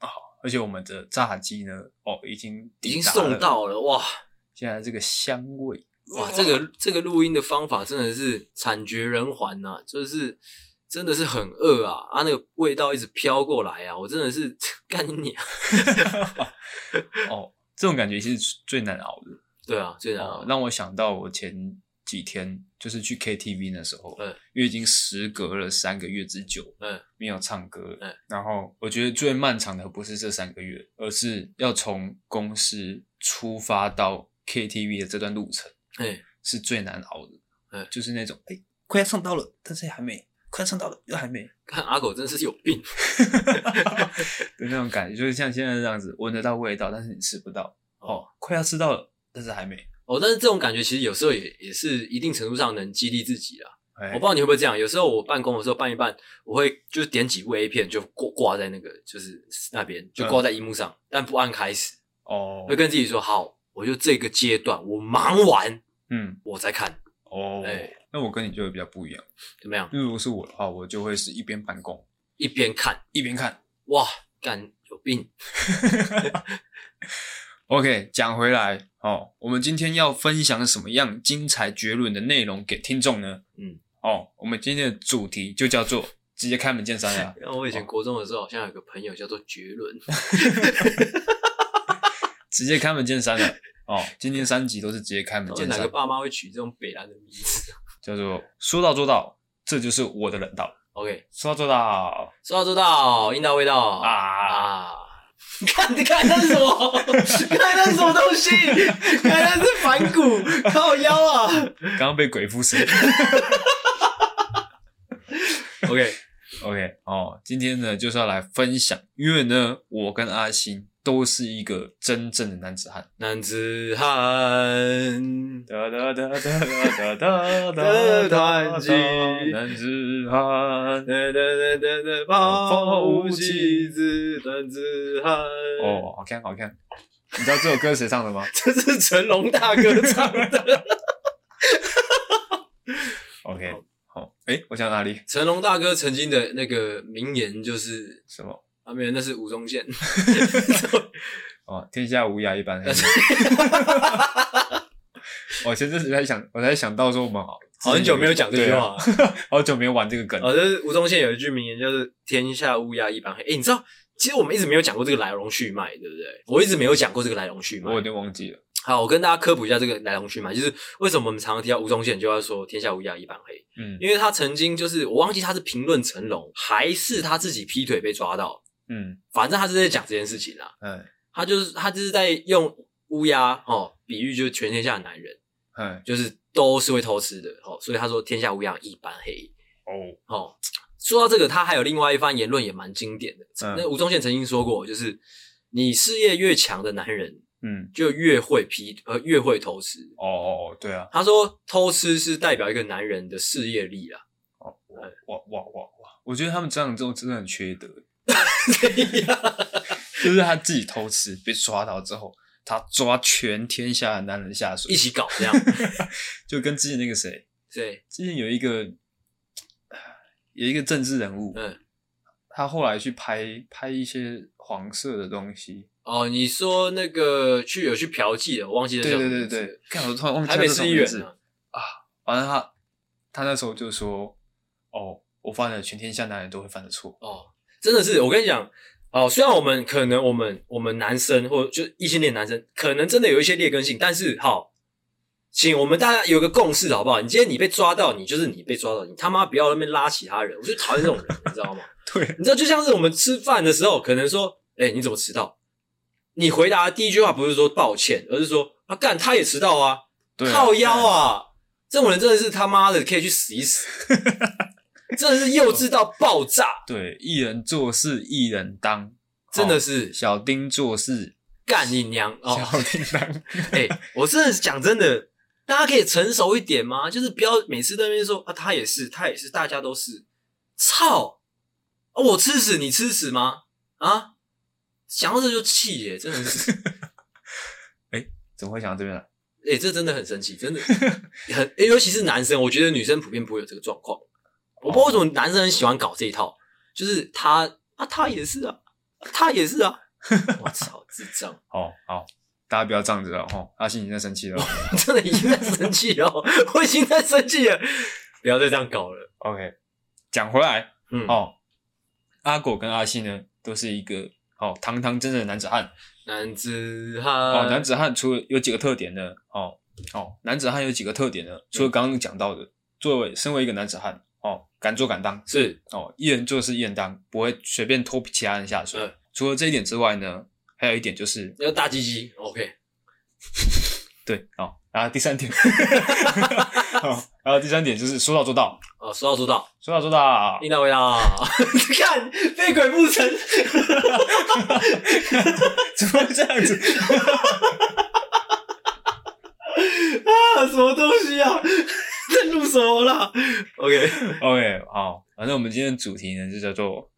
S1: 好，而且我们的炸鸡呢，哦，已经
S2: 已
S1: 抵
S2: 经
S1: 达
S2: 送
S1: 了
S2: 到了，哇
S1: 现在这个香味，
S2: 哇，这个这个录音的方法真的是惨绝人寰呐、就是真的是很饿啊，啊那个味道一直飘过来啊，我真的是 干你啊娘，
S1: 哦，这种感觉是最难熬的。
S2: 对啊，最难熬
S1: 哦，让我想到我前几天就是去 KTV 那时候，
S2: 嗯
S1: 因为已经时隔了三个月之久，
S2: 嗯，
S1: 没有唱歌，
S2: 嗯，
S1: 然后我觉得最漫长的不是这三个月，而是要从公司出发到 KTV 的这段路程
S2: 哎、
S1: 是最难熬的，
S2: 嗯
S1: 就是那种哎、快要唱到了，但是还没，快要唱到了又还没
S2: 看阿狗真是有病，
S1: 的那种感觉，就是像现在这样子，闻得到味道，但是你吃不到，哦，快要吃到了，但是还没，
S2: 哦，但是这种感觉其实有时候也也是一定程度上能激励自己啊啦。
S1: 哎
S2: 我不知道你会不会这样，有时候我办公的时候办一办，我会就是点几部 A 片就挂挂在那个就是那边就挂在荧幕上，但不按开始，
S1: 哦
S2: 会，跟自己说好，我就这个阶段我忙完
S1: 嗯，
S2: 我再看，
S1: 哦，
S2: 哎
S1: 那我跟你就会比较不一样。
S2: 怎么样？
S1: 因为如果是我的话，我就会是一边办公
S2: 一边看，
S1: 一边看。
S2: 哇，干有病，
S1: OK，讲回来哦，我们今天要分享什么样精彩绝伦的内容给听众呢？
S2: 嗯，。
S1: 哦，我们今天的主题就叫做直接开门见山了
S2: 然后我以前国中的时候，好像有个朋友叫做绝伦，
S1: 直接开门见山了。哦，今天三集都是直接开门
S2: 到底
S1: 见
S2: 哪
S1: 山
S2: 个，爸妈会取这种北兰的名字
S1: 叫做说到做到，这就是我的人道。
S2: ？OK，
S1: 说到做到
S2: 说到做到，应到味道
S1: 啊，
S2: 啊！你 看，你看那是什 么？看那是什么东西？看那是反 骨，靠腰啊
S1: 刚刚被鬼附身。
S2: ！OK，
S1: OK，哦，今天呢就是要来分享，因为呢，我跟阿星都是一个真正的男子汉。
S2: 男子汉，
S1: 哒哒哒哒哒哒哒
S2: 的团
S1: 哒
S2: 结
S1: 男子汉。
S2: 哒哒哒哒哒，抛无弃子，男子汉。
S1: 哦，好看好看。你知道这首歌是谁唱的吗
S2: 这是成龙大哥唱的。
S1: ？OK，好，诶，我想到哪里？
S2: 成龙大哥曾经的那个名言就是。
S1: 什么？
S2: 啊，没有，那是吴宗 宪。
S1: 哦，天下无涯一般黑。我前阵子在想，我才想到说我们好
S2: 很久没有讲这句，
S1: 对啊
S2: 话了。
S1: 好久没有玩这个梗。
S2: 哦，就是吴宗宪有一句名言，就是“天下乌鸦一般黑”。哎、你知道，其实我们一直没有讲过这个来龙去脉，对不对？我一直没有讲过这个来龙去脉
S1: 我有。点忘记了。
S2: 好，我跟大家科普一下这个来龙去脉，就是为什么我们常常提到吴宗宪就要说“天下乌鸦一般黑
S1: 嗯”，
S2: 因为他曾经就是我忘记他是评论成龙，还是他自己劈腿被抓到，
S1: 嗯
S2: 反正他是在讲这件事情啦。
S1: 嗯
S2: 他就是他就是在用乌鸦哦比喻，就是全天下的男人
S1: 嗯
S2: 就是都是会偷吃的哦，所以他说“天下乌鸦一般黑”。
S1: 哦
S2: 哦，说到这个，他还有另外一番言论也蛮经典的。
S1: 嗯
S2: 那吴宗宪曾经说过，就是你事业越强的男人，
S1: 嗯
S2: 就越会劈呃越会偷吃。
S1: 哦哦哦，对啊，
S2: 他说偷吃是代表一个男人的事业力啊啦。
S1: 哇哇哇哇！我觉得他们这样做真的很缺 德，
S2: 对呀
S1: 就是他自己偷吃被抓到之后，他抓全天下的男人下水
S2: 一，起搞这样，
S1: 就跟之前那个谁，
S2: 对，
S1: 之前有一个有一个政治人物，
S2: 嗯，
S1: 他后来去拍拍一些黄色的东西，
S2: 哦，你说那个去有去嫖妓的，我忘记了
S1: 对
S2: 叫什
S1: 对
S2: 么
S1: 对
S2: 名字了。
S1: 对，看我突然忘记
S2: 台北市议
S1: 他叫
S2: 员
S1: 什么名字
S2: 啊，
S1: 反正他他那时候就说，哦，我犯了全天下男人都会犯的错，
S2: 哦，真的是，我跟你讲，哦，虽然我们可能我们我们男生或者就异性恋男生，可能真的有一些劣根性，但是好，请我们大家有个共识好不好？你今天你被抓到，你就是你被抓到，你他妈不要在那边拉其他人，我就讨厌这种 人，你知道吗？
S1: 对，
S2: 你知道，就像是我们吃饭的时候，可能说，哎、你怎么迟到？你回答的第一句话不是说抱歉，而是说啊，干他也迟到啊，
S1: 对啊
S2: 靠腰啊，这种人真的是他妈的可以去死 一死，真的是幼稚到爆炸，
S1: 对，一人做事一人当，
S2: 真的
S1: 哦
S2: 是
S1: 小丁做事
S2: 干你娘哦！
S1: 小叮当，
S2: 哎、我真的是讲真的，大家可以成熟一点吗？就是不要每次在那边说啊，他也是，他也是，大家都是，操！啊我吃屎，你吃屎吗？啊！想到这就气耶、真的是，
S1: 怎么会想到这边来？
S2: 哎、这真的很生气，真的很、欸尤其是男生，我觉得女生普遍不会有这个状况。我不知道为什么男生很喜欢搞这一套，就是他啊，他也是啊，他也是啊，我操，智障！
S1: 哦，好，大家不要这样子了哦，阿信已经在生气 了。
S2: 真的已经在生气了， 我已经在生气了，不要再这样搞了。
S1: OK，讲 回来
S2: 嗯，
S1: 哦，阿果跟阿信呢，都是一个哦堂堂正正的男子汉
S2: 男子汉，
S1: 哦。男子汉除了有几个特点呢？哦哦，男子汉有几个特点呢？除了刚刚讲到的，作为身为一个男子汉哦，敢做敢当
S2: 是
S1: 哦，一人做事一人当，不会随便拖其他人下水。
S2: 嗯
S1: 除了这一点之外呢，还有一点就是
S2: 要大鸡鸡，OK，
S1: 对哦，然后第三 点，哦，然后第三点就是说到做到，
S2: 哦，说到做到，
S1: 说到做到。
S2: 应到回 答。看非鬼不成，
S1: 怎么会这样子？
S2: 啊，什么东西啊？ 在录什么啦？OK，
S1: OK，好，反正我们今天的主题呢就叫做，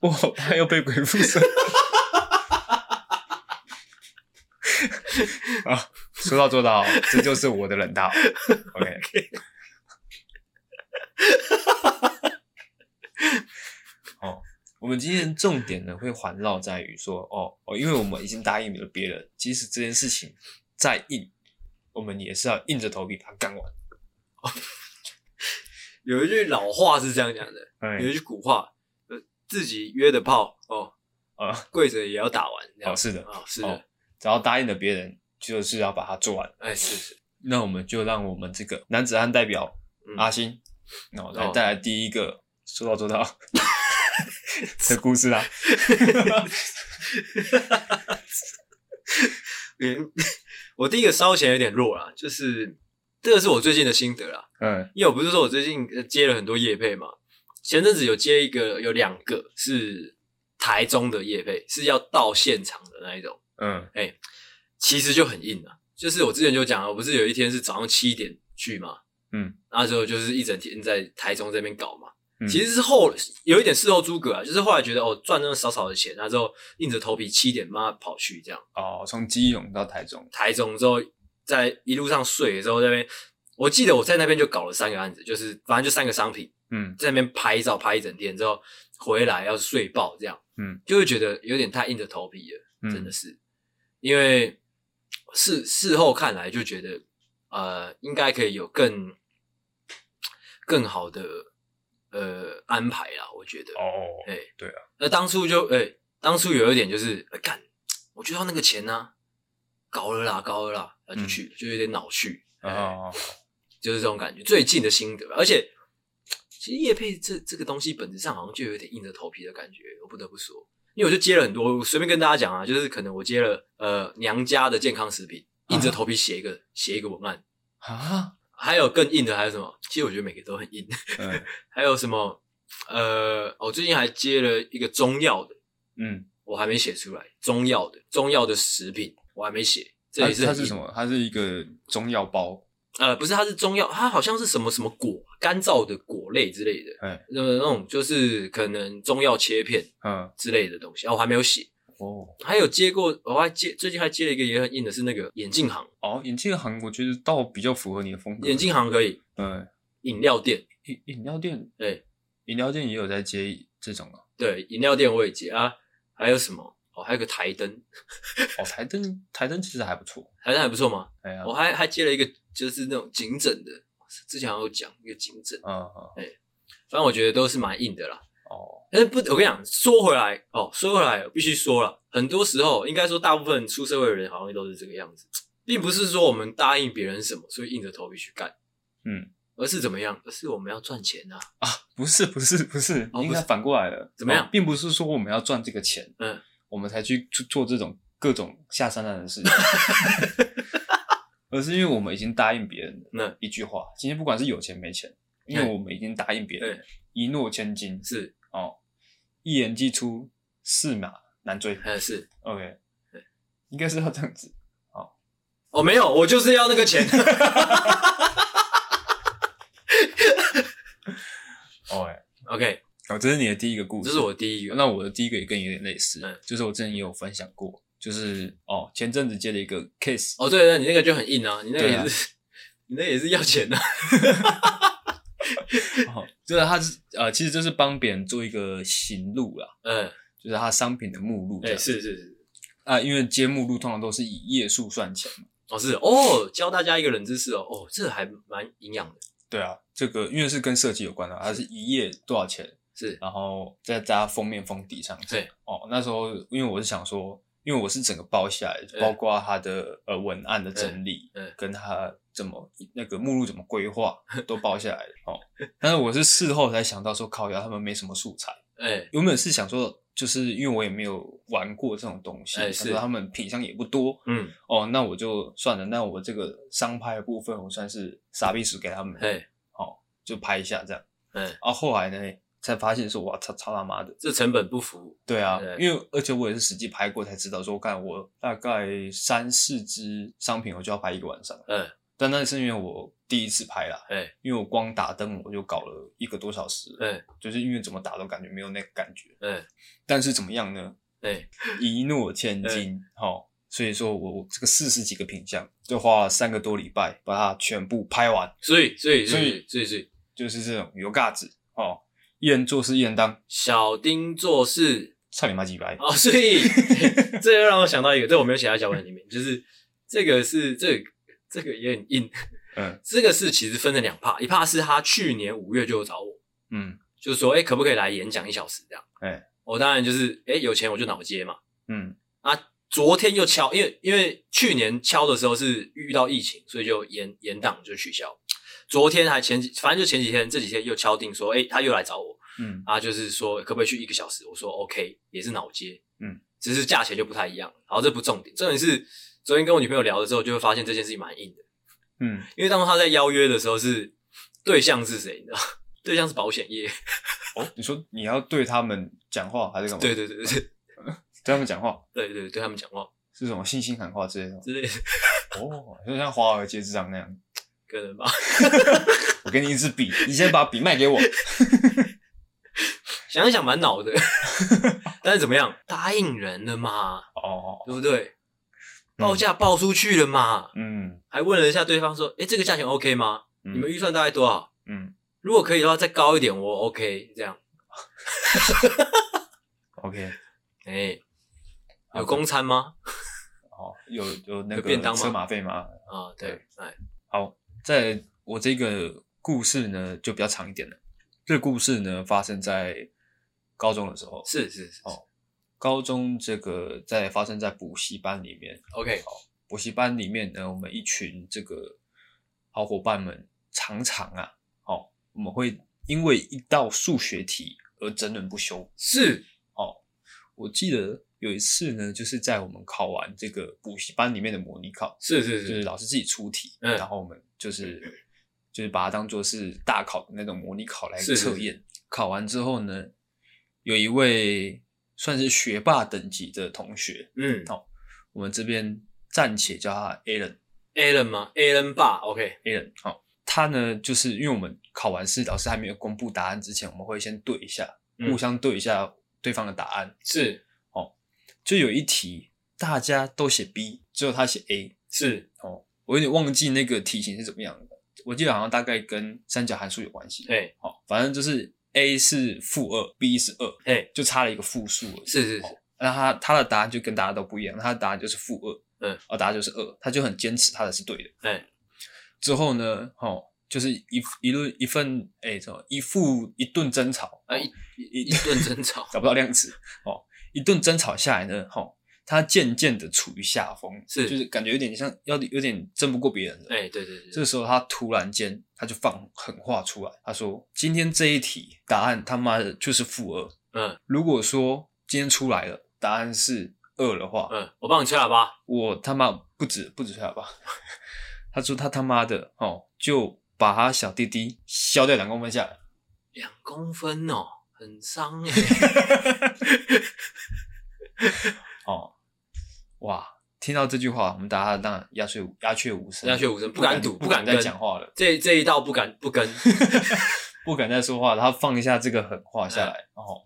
S1: 我好怕又被鬼附身。 啊，说到做到，这就是我的冷套。OK，哦，我们今天的重点呢会环绕在于说，哦哦，因为我们已经答应了别人，即使这件事情再硬，我们也是要硬着头皮把它干完。
S2: 有一句老话是这样讲的，
S1: 哎
S2: 有一句古话，呃，自己约的炮哦，
S1: 啊，
S2: 跪着也要打完，这样
S1: 哦，是的，
S2: 啊，是
S1: 哦
S2: 的，
S1: 只要答应了别人，就是要把它做完。
S2: 哎，是是，
S1: 那我们就让我们这个男子汉代表、
S2: 嗯
S1: 阿星，那我来
S2: 哦
S1: 带来第一个说到做 到的故事啊啦。
S2: 嗯，我第一个烧钱有点弱啦，就是这个是我最近的心得啦，
S1: 嗯，
S2: 因为我不是说我最近呃接了很多业配嘛，前阵子有接一个，有两个是台中的业配，是要到现场的那一种，哎
S1: 嗯，
S2: 其实就很硬啊。就是我之前就讲了，我不是有一天是早上七点去嘛，
S1: 嗯，
S2: 那时候就是一整天在台中这边搞嘛，
S1: 嗯
S2: 其实是后有一点事后诸葛啊，就是后来觉得哦赚那么少少的钱，那之后硬着头皮七点妈跑去这样。
S1: 哦，从基隆到台中，
S2: 台中之后，在一路上睡的时候，那边我记得我在那边就搞了三个案子，就是反正就三个商品，
S1: 嗯
S2: 在那边拍照拍一整天之后回来要睡爆这样，
S1: 嗯，
S2: 就会觉得有点太硬着头皮了，
S1: 嗯，
S2: 真的是，因为事事后看来就觉得呃应该可以有更更好的呃安排啦，我觉得，
S1: 哦，
S2: 哎、
S1: 对啊，
S2: 那当初就哎、当初有一点就是呃干、我就要那个钱呐、搞了啦，搞了啦，然后就去了，就有点恼去，哎
S1: 嗯哦，
S2: 就是这种感觉，最近的心得吧。而且其实叶配这这个东西本质上好像就有点硬着头皮的感觉，我不得不说，因为我就接了很多，我随便跟大家讲啊，就是可能我接了呃娘家的健康食品，硬着头皮写一个写一个文案，
S1: 啊，
S2: 还有更硬的还有什么？其实我觉得每个都很硬，
S1: 嗯
S2: 还有什么呃，我最近还接了一个中药的。
S1: 嗯，
S2: 我还没写出来。中药的中药的食品我还没写，这
S1: 它
S2: 也是
S1: 它
S2: 很
S1: 是什？么？它是一个中药包，
S2: 呃，不是，它是中药，它好像是什么什么果，干燥的果类之类的，
S1: 哎，
S2: 呃那那种就是可能中药切片
S1: 嗯，
S2: 之类的东西。啊，我还没有写，
S1: 哦
S2: 还有接过，我还接最近还接了一个也很硬的，是那个眼镜行，
S1: 哦，眼镜行我觉得倒比较符合你的风格。
S2: 眼，镜行可以，
S1: 嗯，
S2: 饮料店，
S1: 饮饮料店，
S2: 对
S1: 饮料店也有在接这种啊。
S2: 对，饮料店我也接啊，还有什么？哦，还有个台灯，
S1: 哦，台灯台灯其实还不错。
S2: 台灯还不错嘛。
S1: 哎呀，
S2: 我还还接了一个就是那种颈枕的，之前好像有讲一个颈枕，
S1: 嗯嗯
S2: 反正我觉得都是蛮硬的啦。
S1: 哦，
S2: 但哎是不，我跟你讲，说回来哦，说回来，我必须说了，很多时候应该说，大部分出社会的人好像都是这个样子，并不是说我们答应别人什么，所以硬着头皮去干，
S1: 嗯，
S2: 而是怎么样？而是我们要赚钱啊，
S1: 不是不是不是，
S2: 哦
S1: 应
S2: 不
S1: 该
S2: 是
S1: 反过来了。
S2: 怎么样
S1: 哦并不是说我们要赚这个钱，
S2: 嗯，
S1: 我们才去去做这种各种下三滥的事情， 而是因为我们已经答应别人
S2: 嗯
S1: 了一句话。今天不管是有钱没钱，因为我们已经答应别人
S2: 对，
S1: 一诺千金
S2: 是，
S1: 哦，一言既出，驷马难追。
S2: 嗯，是，
S1: OK，应该是要这样子。
S2: 哦，没有，我就是要那个钱，
S1: 哦，哎，
S2: OK，
S1: 哦，这是你的第一个故事，
S2: 这是我第一个，
S1: 那我的第一个也跟你有点类似，
S2: 嗯
S1: 就是我之前也有分享过，就是哦，前阵子接了一个 case，
S2: 哦，对对，你那个就很硬啊，你那个
S1: 对啊
S2: 也是，你那个也是要钱的、啊，
S1: 哦、就是他是呃，其实就是帮别人做一个行路啦，
S2: 嗯，
S1: 就是他商品的目录这
S2: 哎、
S1: 样。
S2: 是是是，
S1: 啊，因为接目录通常都是以页数算钱嘛。
S2: 哦是哦，教大家一个冷知识哦，哦，这还蛮营养的，
S1: 对啊，这个因为是跟设计有关的，它是一页多少钱，
S2: 是，
S1: 然后再加封面封底上去。
S2: 对，
S1: 哦，那时候因为我是想说，因为我是整个包下来
S2: 嗯，
S1: 包括它的呃文案的整理，
S2: 嗯嗯
S1: 跟它怎么那个目录怎么规 划都包下来了。哦，但是我是事后才想到说，靠呀，他们没什么素材。
S2: 哎、
S1: 原本是想说，就是因为我也没有玩过这种东西，
S2: 哎
S1: 想
S2: 是
S1: 说他们品相也不多。
S2: 嗯，
S1: 哦，那我就算了，那我这个商拍的部分，我算是傻逼死给他们，
S2: 哎、
S1: 就拍一下这样。
S2: 哎、
S1: 啊，后来呢，才发现说，哇操，操他妈的，
S2: 这成本不符，
S1: 对啊，
S2: 对
S1: 因为而且我也是实际拍过才知道说，干我大概三四支商品我就要拍一个晚上，
S2: 嗯，
S1: 但那是因为我第一次拍啦，
S2: 哎
S1: 因为我光打灯我就搞了一个多小时，
S2: 哎
S1: 就是因为怎么打都感觉没有那个感觉，
S2: 哎
S1: 但是怎么样呢？
S2: 哎，
S1: 一诺千金，哦，所以说我我这个四十几个品相就花了三个多礼拜把它全部拍完，
S2: 所以所以所
S1: 所
S2: 以
S1: 以
S2: 所以所以
S1: 就是这种油嘎子哦，一人做事一人当，
S2: 小丁做事
S1: 差你妈几百，
S2: 哦，所以 这又让我想到一个，这我没有写在脚本里面，就是这个是这个这个也很硬，
S1: 嗯
S2: 这个是其实分成两帕，一帕是他去年五月就有找我，
S1: 嗯
S2: 就是说哎、可不可以来演讲一小时这样，
S1: 哎
S2: 我、当然就是哎、有钱我就脑接嘛，
S1: 嗯
S2: 啊，昨天又敲，因为因为去年敲的时候是遇到疫情，所以就延延档就取消。昨天还前几，反正就前几天，这几天又敲定说，哎、他又来找我，
S1: 嗯
S2: 啊，就是说可不可以去一个小时？我说 OK，也是脑接，
S1: 嗯，
S2: 只是价钱就不太一样。然后这不重点，重点是昨天跟我女朋友聊了之后，就会发现这件事情蛮硬的，
S1: 嗯，
S2: 因为当时她在邀约的时候是对象是谁，你知道吗？ 对象是保险业，
S1: 哦，你说你要对他们讲话还是干嘛？
S2: 对对对对对
S1: 对他们讲话
S2: 对对，对他们讲话
S1: 是什么信心喊话之类 的吗？
S2: 之类的，
S1: 哦，就像华尔街之狼那样，
S2: 可能吧。
S1: 我给你一支笔，你先把笔卖 给我。
S2: 想一想蛮 恼的，但是怎么样，答应人了嘛，
S1: 哦，
S2: 对不对？
S1: 嗯
S2: 报价报出去了嘛，
S1: 嗯
S2: 还问了一下对方说，诶，这个价钱 OK 吗？
S1: 嗯
S2: 你们预算大概多少？
S1: 嗯
S2: 如果可以的话，再高一点，我 OK。这样，
S1: ，OK，
S2: 诶，
S1: 好
S2: 哎有公餐吗？
S1: 哦，有有那
S2: 有
S1: 个
S2: 便当吗
S1: 车马费吗？
S2: 啊，对，哎，
S1: 好，在我这个故事呢就比较长一点了。这个故事呢发生在高中的时候，
S2: 是是是
S1: 哦高中这个在发生在补习班里面。
S2: ，OK，
S1: 补习班里面呢，我们一群这个好伙伴们常常啊，哦，我们会因为一道数学题而争论不休。哦
S2: 是，
S1: 我记得有一次呢，就是在我们考完这个补习班里面的模拟考，
S2: 是是
S1: 就是
S2: 是，
S1: 老师自己出题，
S2: 嗯
S1: 然后我们就是就是把它当做是大考的那种模拟考来
S2: 是是
S1: 测验。考完之后呢，有一位算是学霸等级的同学，
S2: 嗯
S1: 哦我们这边暂且叫他 Alan。
S2: ，Alan 吗？Alan 爸，OK，
S1: Alan，好、他呢就是因为我们考完试，老师还没有公布答案之前，我们会先对一下，
S2: 嗯
S1: 互相对一下对方的答案。
S2: 是
S1: 就有一题大家都写 B，只有他写 A，
S2: 是，
S1: 哦，我有点忘记那个题型是怎么样的，我记得好像大概跟三角函数有关系。
S2: 哎
S1: 好、反正就是 A 是负二，B 是二，
S2: 哎，
S1: 就差了一个负数而已。
S2: 是是是，
S1: 那他他的答案就跟大家都不一样，他的答案就是负二，
S2: 嗯，
S1: 哦，答案就是二，他就很坚持他的是对的。
S2: 哎
S1: 之后呢，哦，就是一一论一份哎，什么一副一顿争吵，
S2: 啊，一一一 顿争吵
S1: 找不到量词哦，一顿争吵下来呢，吼、他渐渐的处于下风，
S2: 是
S1: 就是感觉有点像要有点争不过别人了。
S2: 哎，对对对，
S1: 这时候他突然间他就放狠话出来，他说：“今天这一题答案他妈的就是负二。
S2: 嗯
S1: 如果说今天出来了答案是二的话，
S2: 嗯，我帮你吹喇叭，
S1: 我他妈不止不止吹喇叭。 他说他他妈的哦，就把他小弟弟削掉两公分下来。
S2: 两公分哦，很伤哎、
S1: 哦，哇！听到这句话，我们大家当然鸦雀鸦雀无声，
S2: 鸦雀无声
S1: 不
S2: 不敢
S1: 敢
S2: 赌
S1: 不
S2: 不
S1: 敢再
S2: 敢跟
S1: 讲话了，
S2: 这这一道不敢不跟，
S1: 不敢再说话了。他放一下这个狠话下
S2: 嗯
S1: 来，哦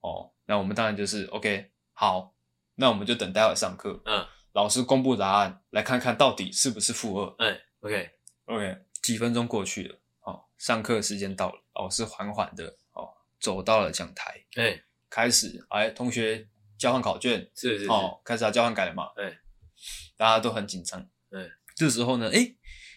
S1: 哦，那我们当然就是 OK，好，那我们就等待会上课，
S2: 嗯，
S1: 老师公布答案，来看看到底是不是负二。
S2: 哎，OK，
S1: OK，几分钟过去了，哦，上课时间到了，老师缓缓的哦走到了讲台，
S2: 哎，
S1: 开始哎，同学交换考卷，
S2: 是是是，
S1: 哦，开始要交换改了嘛，
S2: 对，
S1: 大家都很紧张，
S2: 对，
S1: 这时候呢，哎，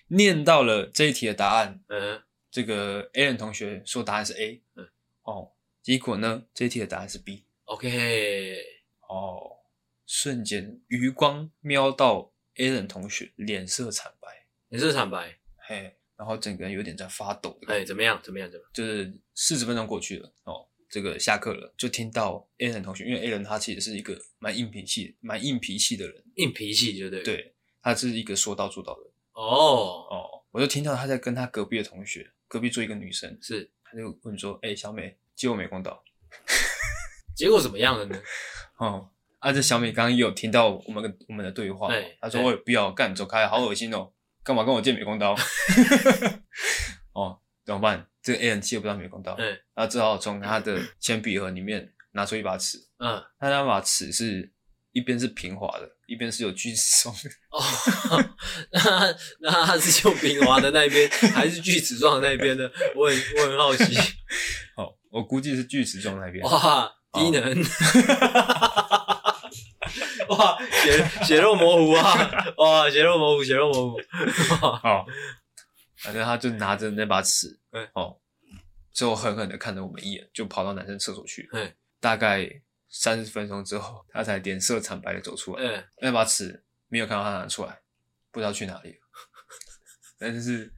S1: 念到了这一题的答案，
S2: 嗯，
S1: 这个 a l 同学说答案是 A，
S2: 嗯，
S1: 哦，结果呢，这一题的答案是 B，
S2: OK，
S1: 哦，瞬间余光瞄到 a l 同学脸色惨白，
S2: 你是坦白，
S1: 嘿，然后整个人有点在发抖的感觉，
S2: 哎，怎么样？怎么样？怎么样？
S1: 就是四十分钟过去了，哦。这个下课了，就听到 a l 同学，因为 a l 他其实是一个蛮硬脾气、蛮硬脾气的人，
S2: 硬脾气就对了，
S1: 对，他是一个说到做到的人
S2: 哦，
S1: 哦。我就听到他在跟他隔壁的同学，隔壁坐一个女生，
S2: 是，
S1: 他就问说：“哎、小美借我美工刀。
S2: 结果怎么样了呢？”
S1: 哦，啊，这小美刚刚也有听到我们跟我们的对话，哦
S2: 哎
S1: 他说：“
S2: 哎
S1: 我不要干，走开，好恶心哦，干嘛跟我借美工刀？” 哦，怎么办？这个 A 人借不到美工刀，
S2: 哎
S1: 他只好从他的铅笔盒里面拿出一把尺，
S2: 嗯，
S1: 他那把尺是一边是平滑的，一边是有锯齿状的。
S2: 哦， 那那他是用平滑的那一边，还是锯齿状的那一边呢？我很我很好奇。
S1: 哦，我估计是锯齿状那边。
S2: 哇，低能！哇，血血肉模糊啊！哇，血肉模糊，血肉模糊。
S1: 哦，反正他就拿着那把尺，
S2: 嗯
S1: 哦，最后狠狠的看了我们一眼，就跑到男生厕所去。
S2: 嗯
S1: 大概三十分钟之后，他才脸色惨白的走出来。
S2: 嗯，
S1: 那把尺没有看到他拿出来，不知道去哪里了。 但是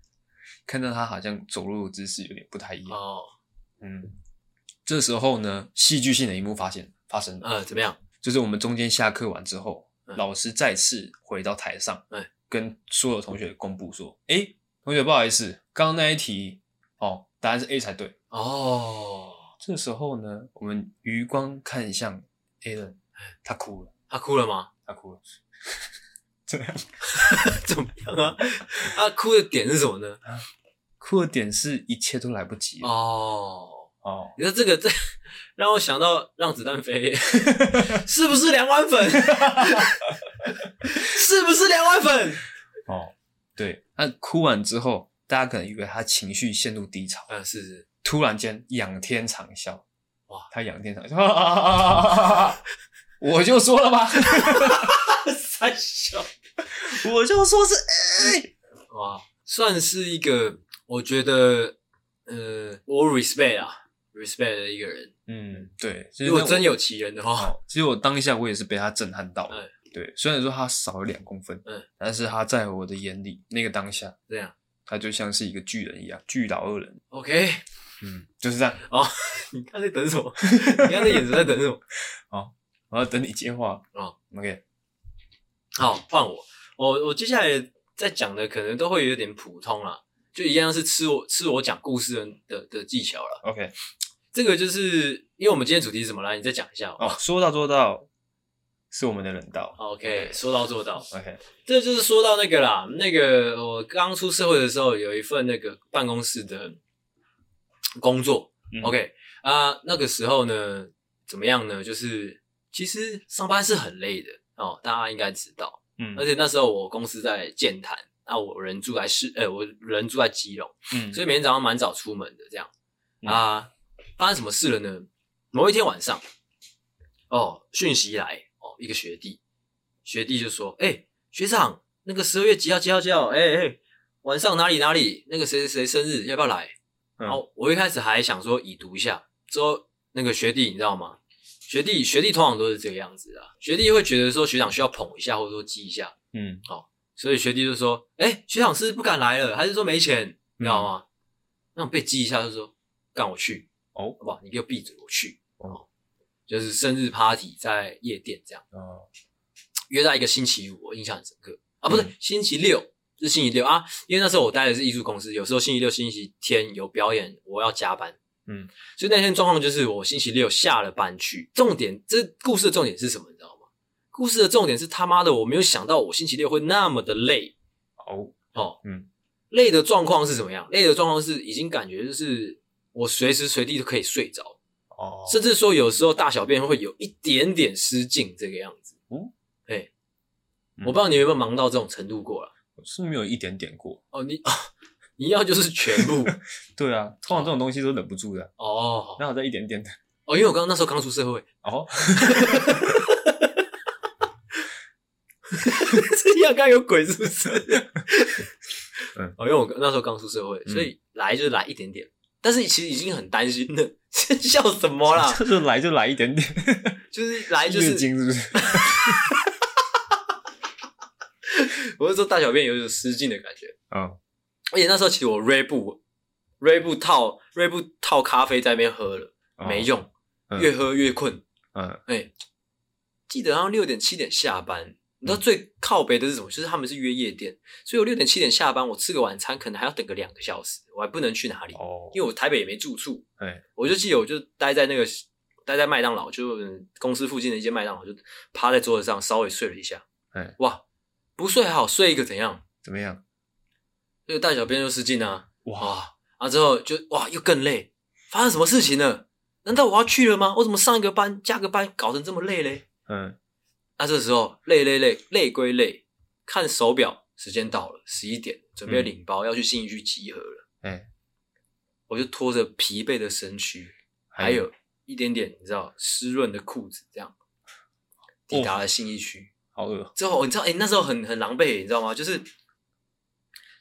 S1: 看到他好像走路的姿势有点不太一样。
S2: 哦，
S1: 嗯，这时候呢，戏剧性的一幕发现发生了，
S2: 呃，怎么样？
S1: 就是我们中间下课完之后，
S2: 嗯
S1: 老师再次回到台上，
S2: 嗯
S1: 跟所有同学公布说：“诶，同学，不好意思，刚刚那一题哦，答案是 A 才对。
S2: 哦，”
S1: 这时候呢，我们余光看向 A 人，他哭了，
S2: 他哭了吗？
S1: 他哭了。这样
S2: 怎么样啊？他哭的点是什么呢？
S1: 哭的点是一切都来不及了
S2: 哦，
S1: 哦，
S2: 你说这个这让我想到《让子弹飞》， 是不是两碗粉？ 是不是两碗粉？
S1: 哦，对，他哭完之后，大家可能以为他情绪陷入低潮，
S2: 嗯，是是，
S1: 突然间仰天长啸，
S2: 哇，
S1: 他仰天长啸，我就说了吧，
S2: 三小。
S1: 我就说是 A，
S2: 哇，算是一个，我觉得，呃，我 respect 啊，respect 的一个人。
S1: 嗯，对，其实
S2: 如果
S1: 那我
S2: 真有其人的话，
S1: 哦，其实我当下我也是被他震撼到了
S2: 嗯，
S1: 对，虽然说他少了两公分，
S2: 嗯，
S1: 但是他在我的眼里，那个当下，
S2: 这样
S1: 他就像是一个巨人一样，巨老二人，
S2: OK。
S1: 嗯，就是这样，
S2: 你看在等 什么？你看那眼神在等什么？
S1: 我要等你接话，
S2: 哦
S1: ，OK，
S2: 好，换我，我我接下来在讲的可能都会有点普通啦，就一样是吃我吃我讲故事的的的技巧啦。
S1: OK，
S2: 这个就是因为我们今天主题是什么来，你再讲一下好不好
S1: 哦，说到做到，是我们的人道
S2: OK，说到做到。
S1: ，OK，
S2: 这就是说到那个啦，那个我刚出社会的时候，有一份那个办公室的工作。
S1: 嗯
S2: OK 啊、那个时候呢，怎么样呢？就是其实上班是很累的哦，大家应该知道。
S1: 嗯，
S2: 而且那时候我公司在建潭，那我人住在市，呃，我人住在基隆，
S1: 嗯，
S2: 所以每天早上蛮早出门的这样。
S1: 嗯
S2: 啊、发生什么事了呢？某一天晚上，哦，讯息来，哦，一个学弟，学弟就说：“哎、学长，那个十二月几号几号几号？哎、哎、晚上哪里哪里那个谁谁谁生日要不要来？
S1: 嗯
S2: 然后我一开始还想说已读一下，之后那个学弟你知道吗？学弟学弟通常都是这个样子啊，学弟会觉得说学长需要捧一下或者说激一下，
S1: 嗯，
S2: 所以学弟就说：“哎、学长是不是不敢来了，还是说没钱？你知道吗？”那种被激一下就说：“干我去
S1: 哦
S2: 好不好？你给我闭嘴，我去。”
S1: 哦
S2: 哦，就是生日 party 在夜店这样，
S1: 哦，
S2: 约在一个星期五，我印象很深刻啊，不是、
S1: 嗯
S2: 星期六，是星期六啊，因为那时候我待的是艺术公司，有时候星期六、星期天有表演，我要加班。
S1: 嗯，
S2: 所以那天状况就是我星期六下了班去。重点，这故事的重点是什么？你知道吗？故事的重点是他妈的，我没有想到我星期六会那么的累。
S1: 哦，
S2: 哦，
S1: 嗯，
S2: 累的状况是怎么样？累的状况是已经感觉就是我随时随地都可以睡着，
S1: 哦，
S2: 甚至说有时候大小便会有一点点失禁这个样子。
S1: 哦，
S2: 哎、
S1: 嗯
S2: 我不知道你有没有忙到这种程度过了。
S1: 是没有一点点过。
S2: 哦，你 你要就是全 部
S1: 对啊，通常这种东西都忍不住的，
S2: 哦
S1: 那我再一点点的。
S2: 哦，因为我刚刚那时候刚出社会，
S1: 哦，
S2: 这样刚有鬼是不 是？
S1: 嗯
S2: 哦，因为我那时候刚出社会，
S1: 嗯
S2: 所以来就来一点点，但是其实已经很担心了。笑什么啦？
S1: 就是来就来一点点，
S2: 就是来就
S1: 月
S2: 是
S1: 经是不是？
S2: 我是说大小便有一种失禁的感觉。
S1: 嗯，
S2: 而且那时候其实我锐步，锐步套锐步套咖啡在那边喝了，
S1: 哦
S2: 没。用，
S1: 嗯
S2: 越喝越困。
S1: 嗯，
S2: 哎、记得好像六点七点下班，你
S1: 嗯
S2: 知道最靠北的是什么？就是他们是约夜店，所以我六点七点下班，我吃个晚餐可能还要等个两个小时，我还不能去哪里，
S1: 哦，
S2: 因为我台北也没住处。
S1: 哎，
S2: 我就记得我就待在那个待在麦当劳，就嗯公司附近的一间麦当劳，就趴在桌子上稍微睡了一下。
S1: 哎，
S2: 哇，不睡还好，睡一个怎样？
S1: 怎么样？
S2: 那个大小便又失禁啊！
S1: 哇，
S2: 哇，啊之后就哇又更累，发生什么事情了？难道我要去了吗？我怎么上一个班加个班搞成这么累嘞？
S1: 嗯，
S2: 那这时候累累累累归累，看手表，时间到了，十一点，准备
S1: 嗯
S2: 领包、要去信义区集合了。
S1: 哎，
S2: 我就拖着疲惫的身躯，
S1: 哎
S2: 还有一点点你知道湿润的裤子，这样抵
S1: 哦
S2: 达了信义区。
S1: 好饿，
S2: 之后你知道，哎、那时候很很狼狈，你知道吗？就是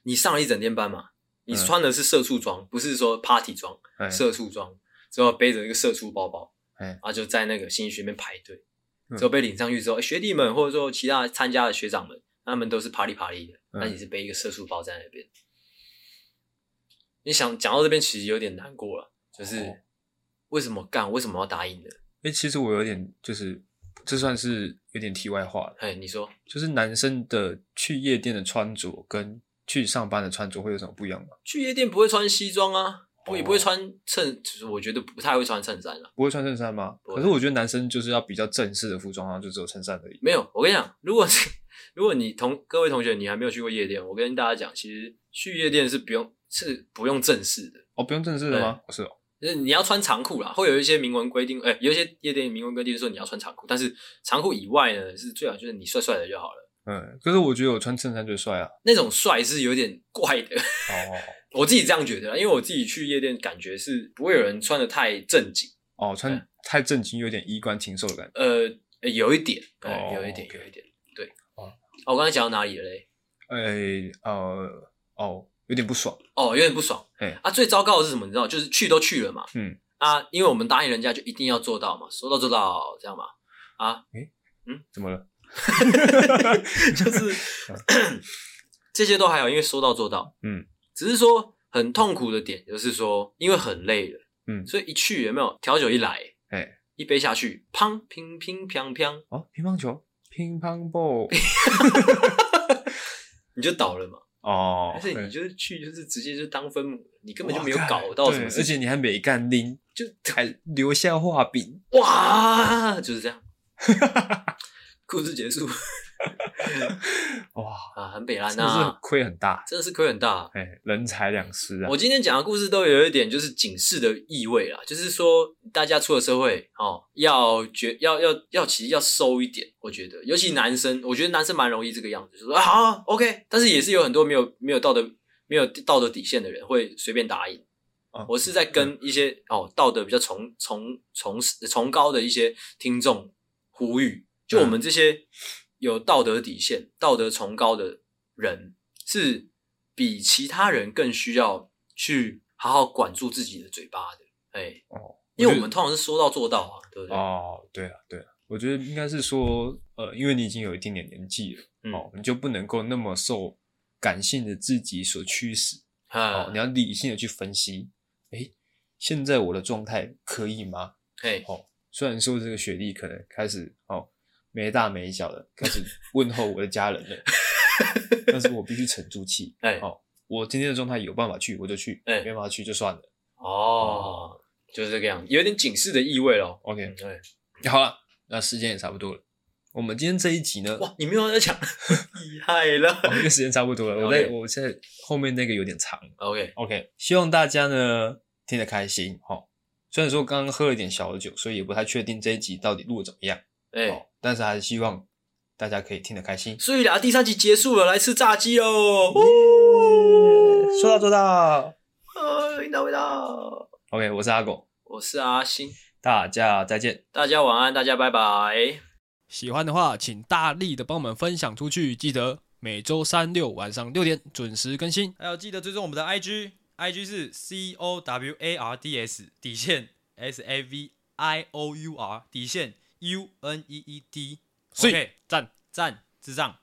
S2: 你上了一整天班嘛，你
S1: 嗯
S2: 穿的是社畜装，不是说 party 装。
S1: 哎，
S2: 社畜装，之后背着一个社畜包包，
S1: 哎
S2: 然后就在那个新学那边排队，
S1: 嗯
S2: 之后被领上去之后，欸学弟们或者说其他参加的学长们，他们都是啪里啪里的，
S1: 嗯
S2: 那你是背一个社畜包在那边。你想讲到这边，其实有点难过了，就是、
S1: 哦
S2: 为什么干，为什么要答应呢？
S1: 哎，其实我有点就是，这算是有点题外话了。
S2: 哎，你说
S1: 就是男生的去夜店的穿着跟去上班的穿着会有什么不一样吗？
S2: 去夜店不会穿西装啊，我也
S1: 哦
S2: 不会穿衬，就是我觉得不太会穿衬衫了、啊
S1: 不会穿衬衫吗？
S2: 不会
S1: 可是我觉得男生就是要比较正式的服装啊，就只有衬衫而已。
S2: 没有，我跟你讲，如果如果你同各位同学你还没有去过夜店，我跟大家讲，其实去夜店是不用是不用正式的，
S1: 哦，不用正式的吗？不是哦，
S2: 就是你要穿长裤啦，会有一些明文规定，哎、有一些夜店明文规定说你要穿长裤，但是长裤以外呢，是最好就是你帅帅的就好了。
S1: 嗯，可是我觉得我穿衬衫最帅啊。
S2: 那种帅是有点怪的，
S1: 哦
S2: 我自己这样觉得啦，因为我自己去夜店感觉是不会有人穿的太正经，
S1: 哦，穿太正经有点衣冠禽兽的感觉。
S2: 呃，呃有一点，呃
S1: 哦
S2: 有一点，
S1: OK
S2: 有一点，对。
S1: 哦
S2: 哦，我刚才讲到哪里了嘞？
S1: 哎，呃，哦，有点不爽。
S2: 哦，有点不爽。
S1: 嘿
S2: 啊，最糟糕的是什么？你知道，就是去都去了嘛。
S1: 嗯。
S2: 啊，因为我们答应人家就一定要做到嘛，说到做到，这 样嘛。啊，
S1: 怎么了？
S2: 就是这些都还好，因为说到做到。
S1: 嗯。
S2: 只是说很痛苦的点就是说，因为很累了，
S1: 嗯
S2: 所以一去有没有调酒一来，
S1: 哎，
S2: 一杯下去，砰乒乒乓乓，
S1: 哦，乒乓球，乒乓 ball。
S2: 你就倒了嘛。
S1: 哦，
S2: 但是
S1: 对
S2: 你就是去，就是直接就当分母，你根本就
S1: 哇
S2: 没有
S1: 干
S2: 搞到什么
S1: 对
S2: 事
S1: 而且
S2: 情，
S1: 你还没干拎，
S2: 就
S1: 还留下画饼。
S2: 哇，就是 这样。故事结束。
S1: 哇，
S2: 啊，很北兰
S1: 真的是
S2: 呐，
S1: 亏很大，
S2: 真的是亏很大。啊
S1: 哎，人财两失啊
S2: 我。今天讲的故事都有一点就是警示的意味啦，就是说大家出了社会哦，要觉要要要，其实要收一点。我觉得，尤其男生，我觉得男生蛮容易这个样子，就说啊好啊 OK，但是也是有很多没有没有道德没有道德底线的人会随便答应
S1: 哦。
S2: 我是在跟一些哦道德比较崇崇崇崇高的一些听众呼吁，就
S1: 嗯
S2: 我们这些有道德底线、道德崇高的人，是比其他人更需要去好好管住自己的嘴巴的，哎、
S1: 哦，
S2: 因
S1: 觉
S2: 为我
S1: 得
S2: 们通常是说到做到啊，对不对？
S1: 哦，对啊，对啊，我觉得应该是说，呃，因为你已经有一定点年纪了，
S2: 嗯
S1: 哦，你就不能够那么受感性的自己所驱使，哦，
S2: 啊
S1: 你，要理性的去分析，诶，现在我的状态可以吗？
S2: 嘿，
S1: 哦，虽然说这个学历可能开始哦没大没小的开始问候我的家人 了，但是我必须沉住气，
S2: 哎
S1: 哦，我今天的状态有办法去我就去，
S2: 哎
S1: 没办法去就算了
S2: 哦，就是这个样，有点警示的意味咯。
S1: ，OK，
S2: 嗯，对，
S1: 好了，那时间也差不多了。我们今天这一集呢，
S2: 哇，你没有在讲， 厉害了。
S1: 哦，因为时间差不多了，我在
S2: OK
S1: 我现在后面那个有点长。
S2: OK，
S1: OK，希望大家呢听得开心哈、哦。虽然说刚刚喝了一点小酒，所以也不太确定这一集到底录的怎么样、
S2: 哎、
S1: 哦，但是还是希望大家可以听得开心。
S2: 所以啦，第三集结束了，来吃炸鸡喽！呜
S1: 嗯说到做到。
S2: 呃，领导味道，
S1: OK，我是阿狗，
S2: 我是阿星，
S1: 大家再见。
S2: 大家晚安，大家拜拜。
S1: 喜欢的话，请大力的帮我们分享出去，记得每周三六晚上六点准时更新。
S3: 还有记得追踪我们的 IG，IG 是 C O W A R D S 底线 S A V I O U R 底线 U N E E D，
S1: 所以
S3: OK，赞赞智障。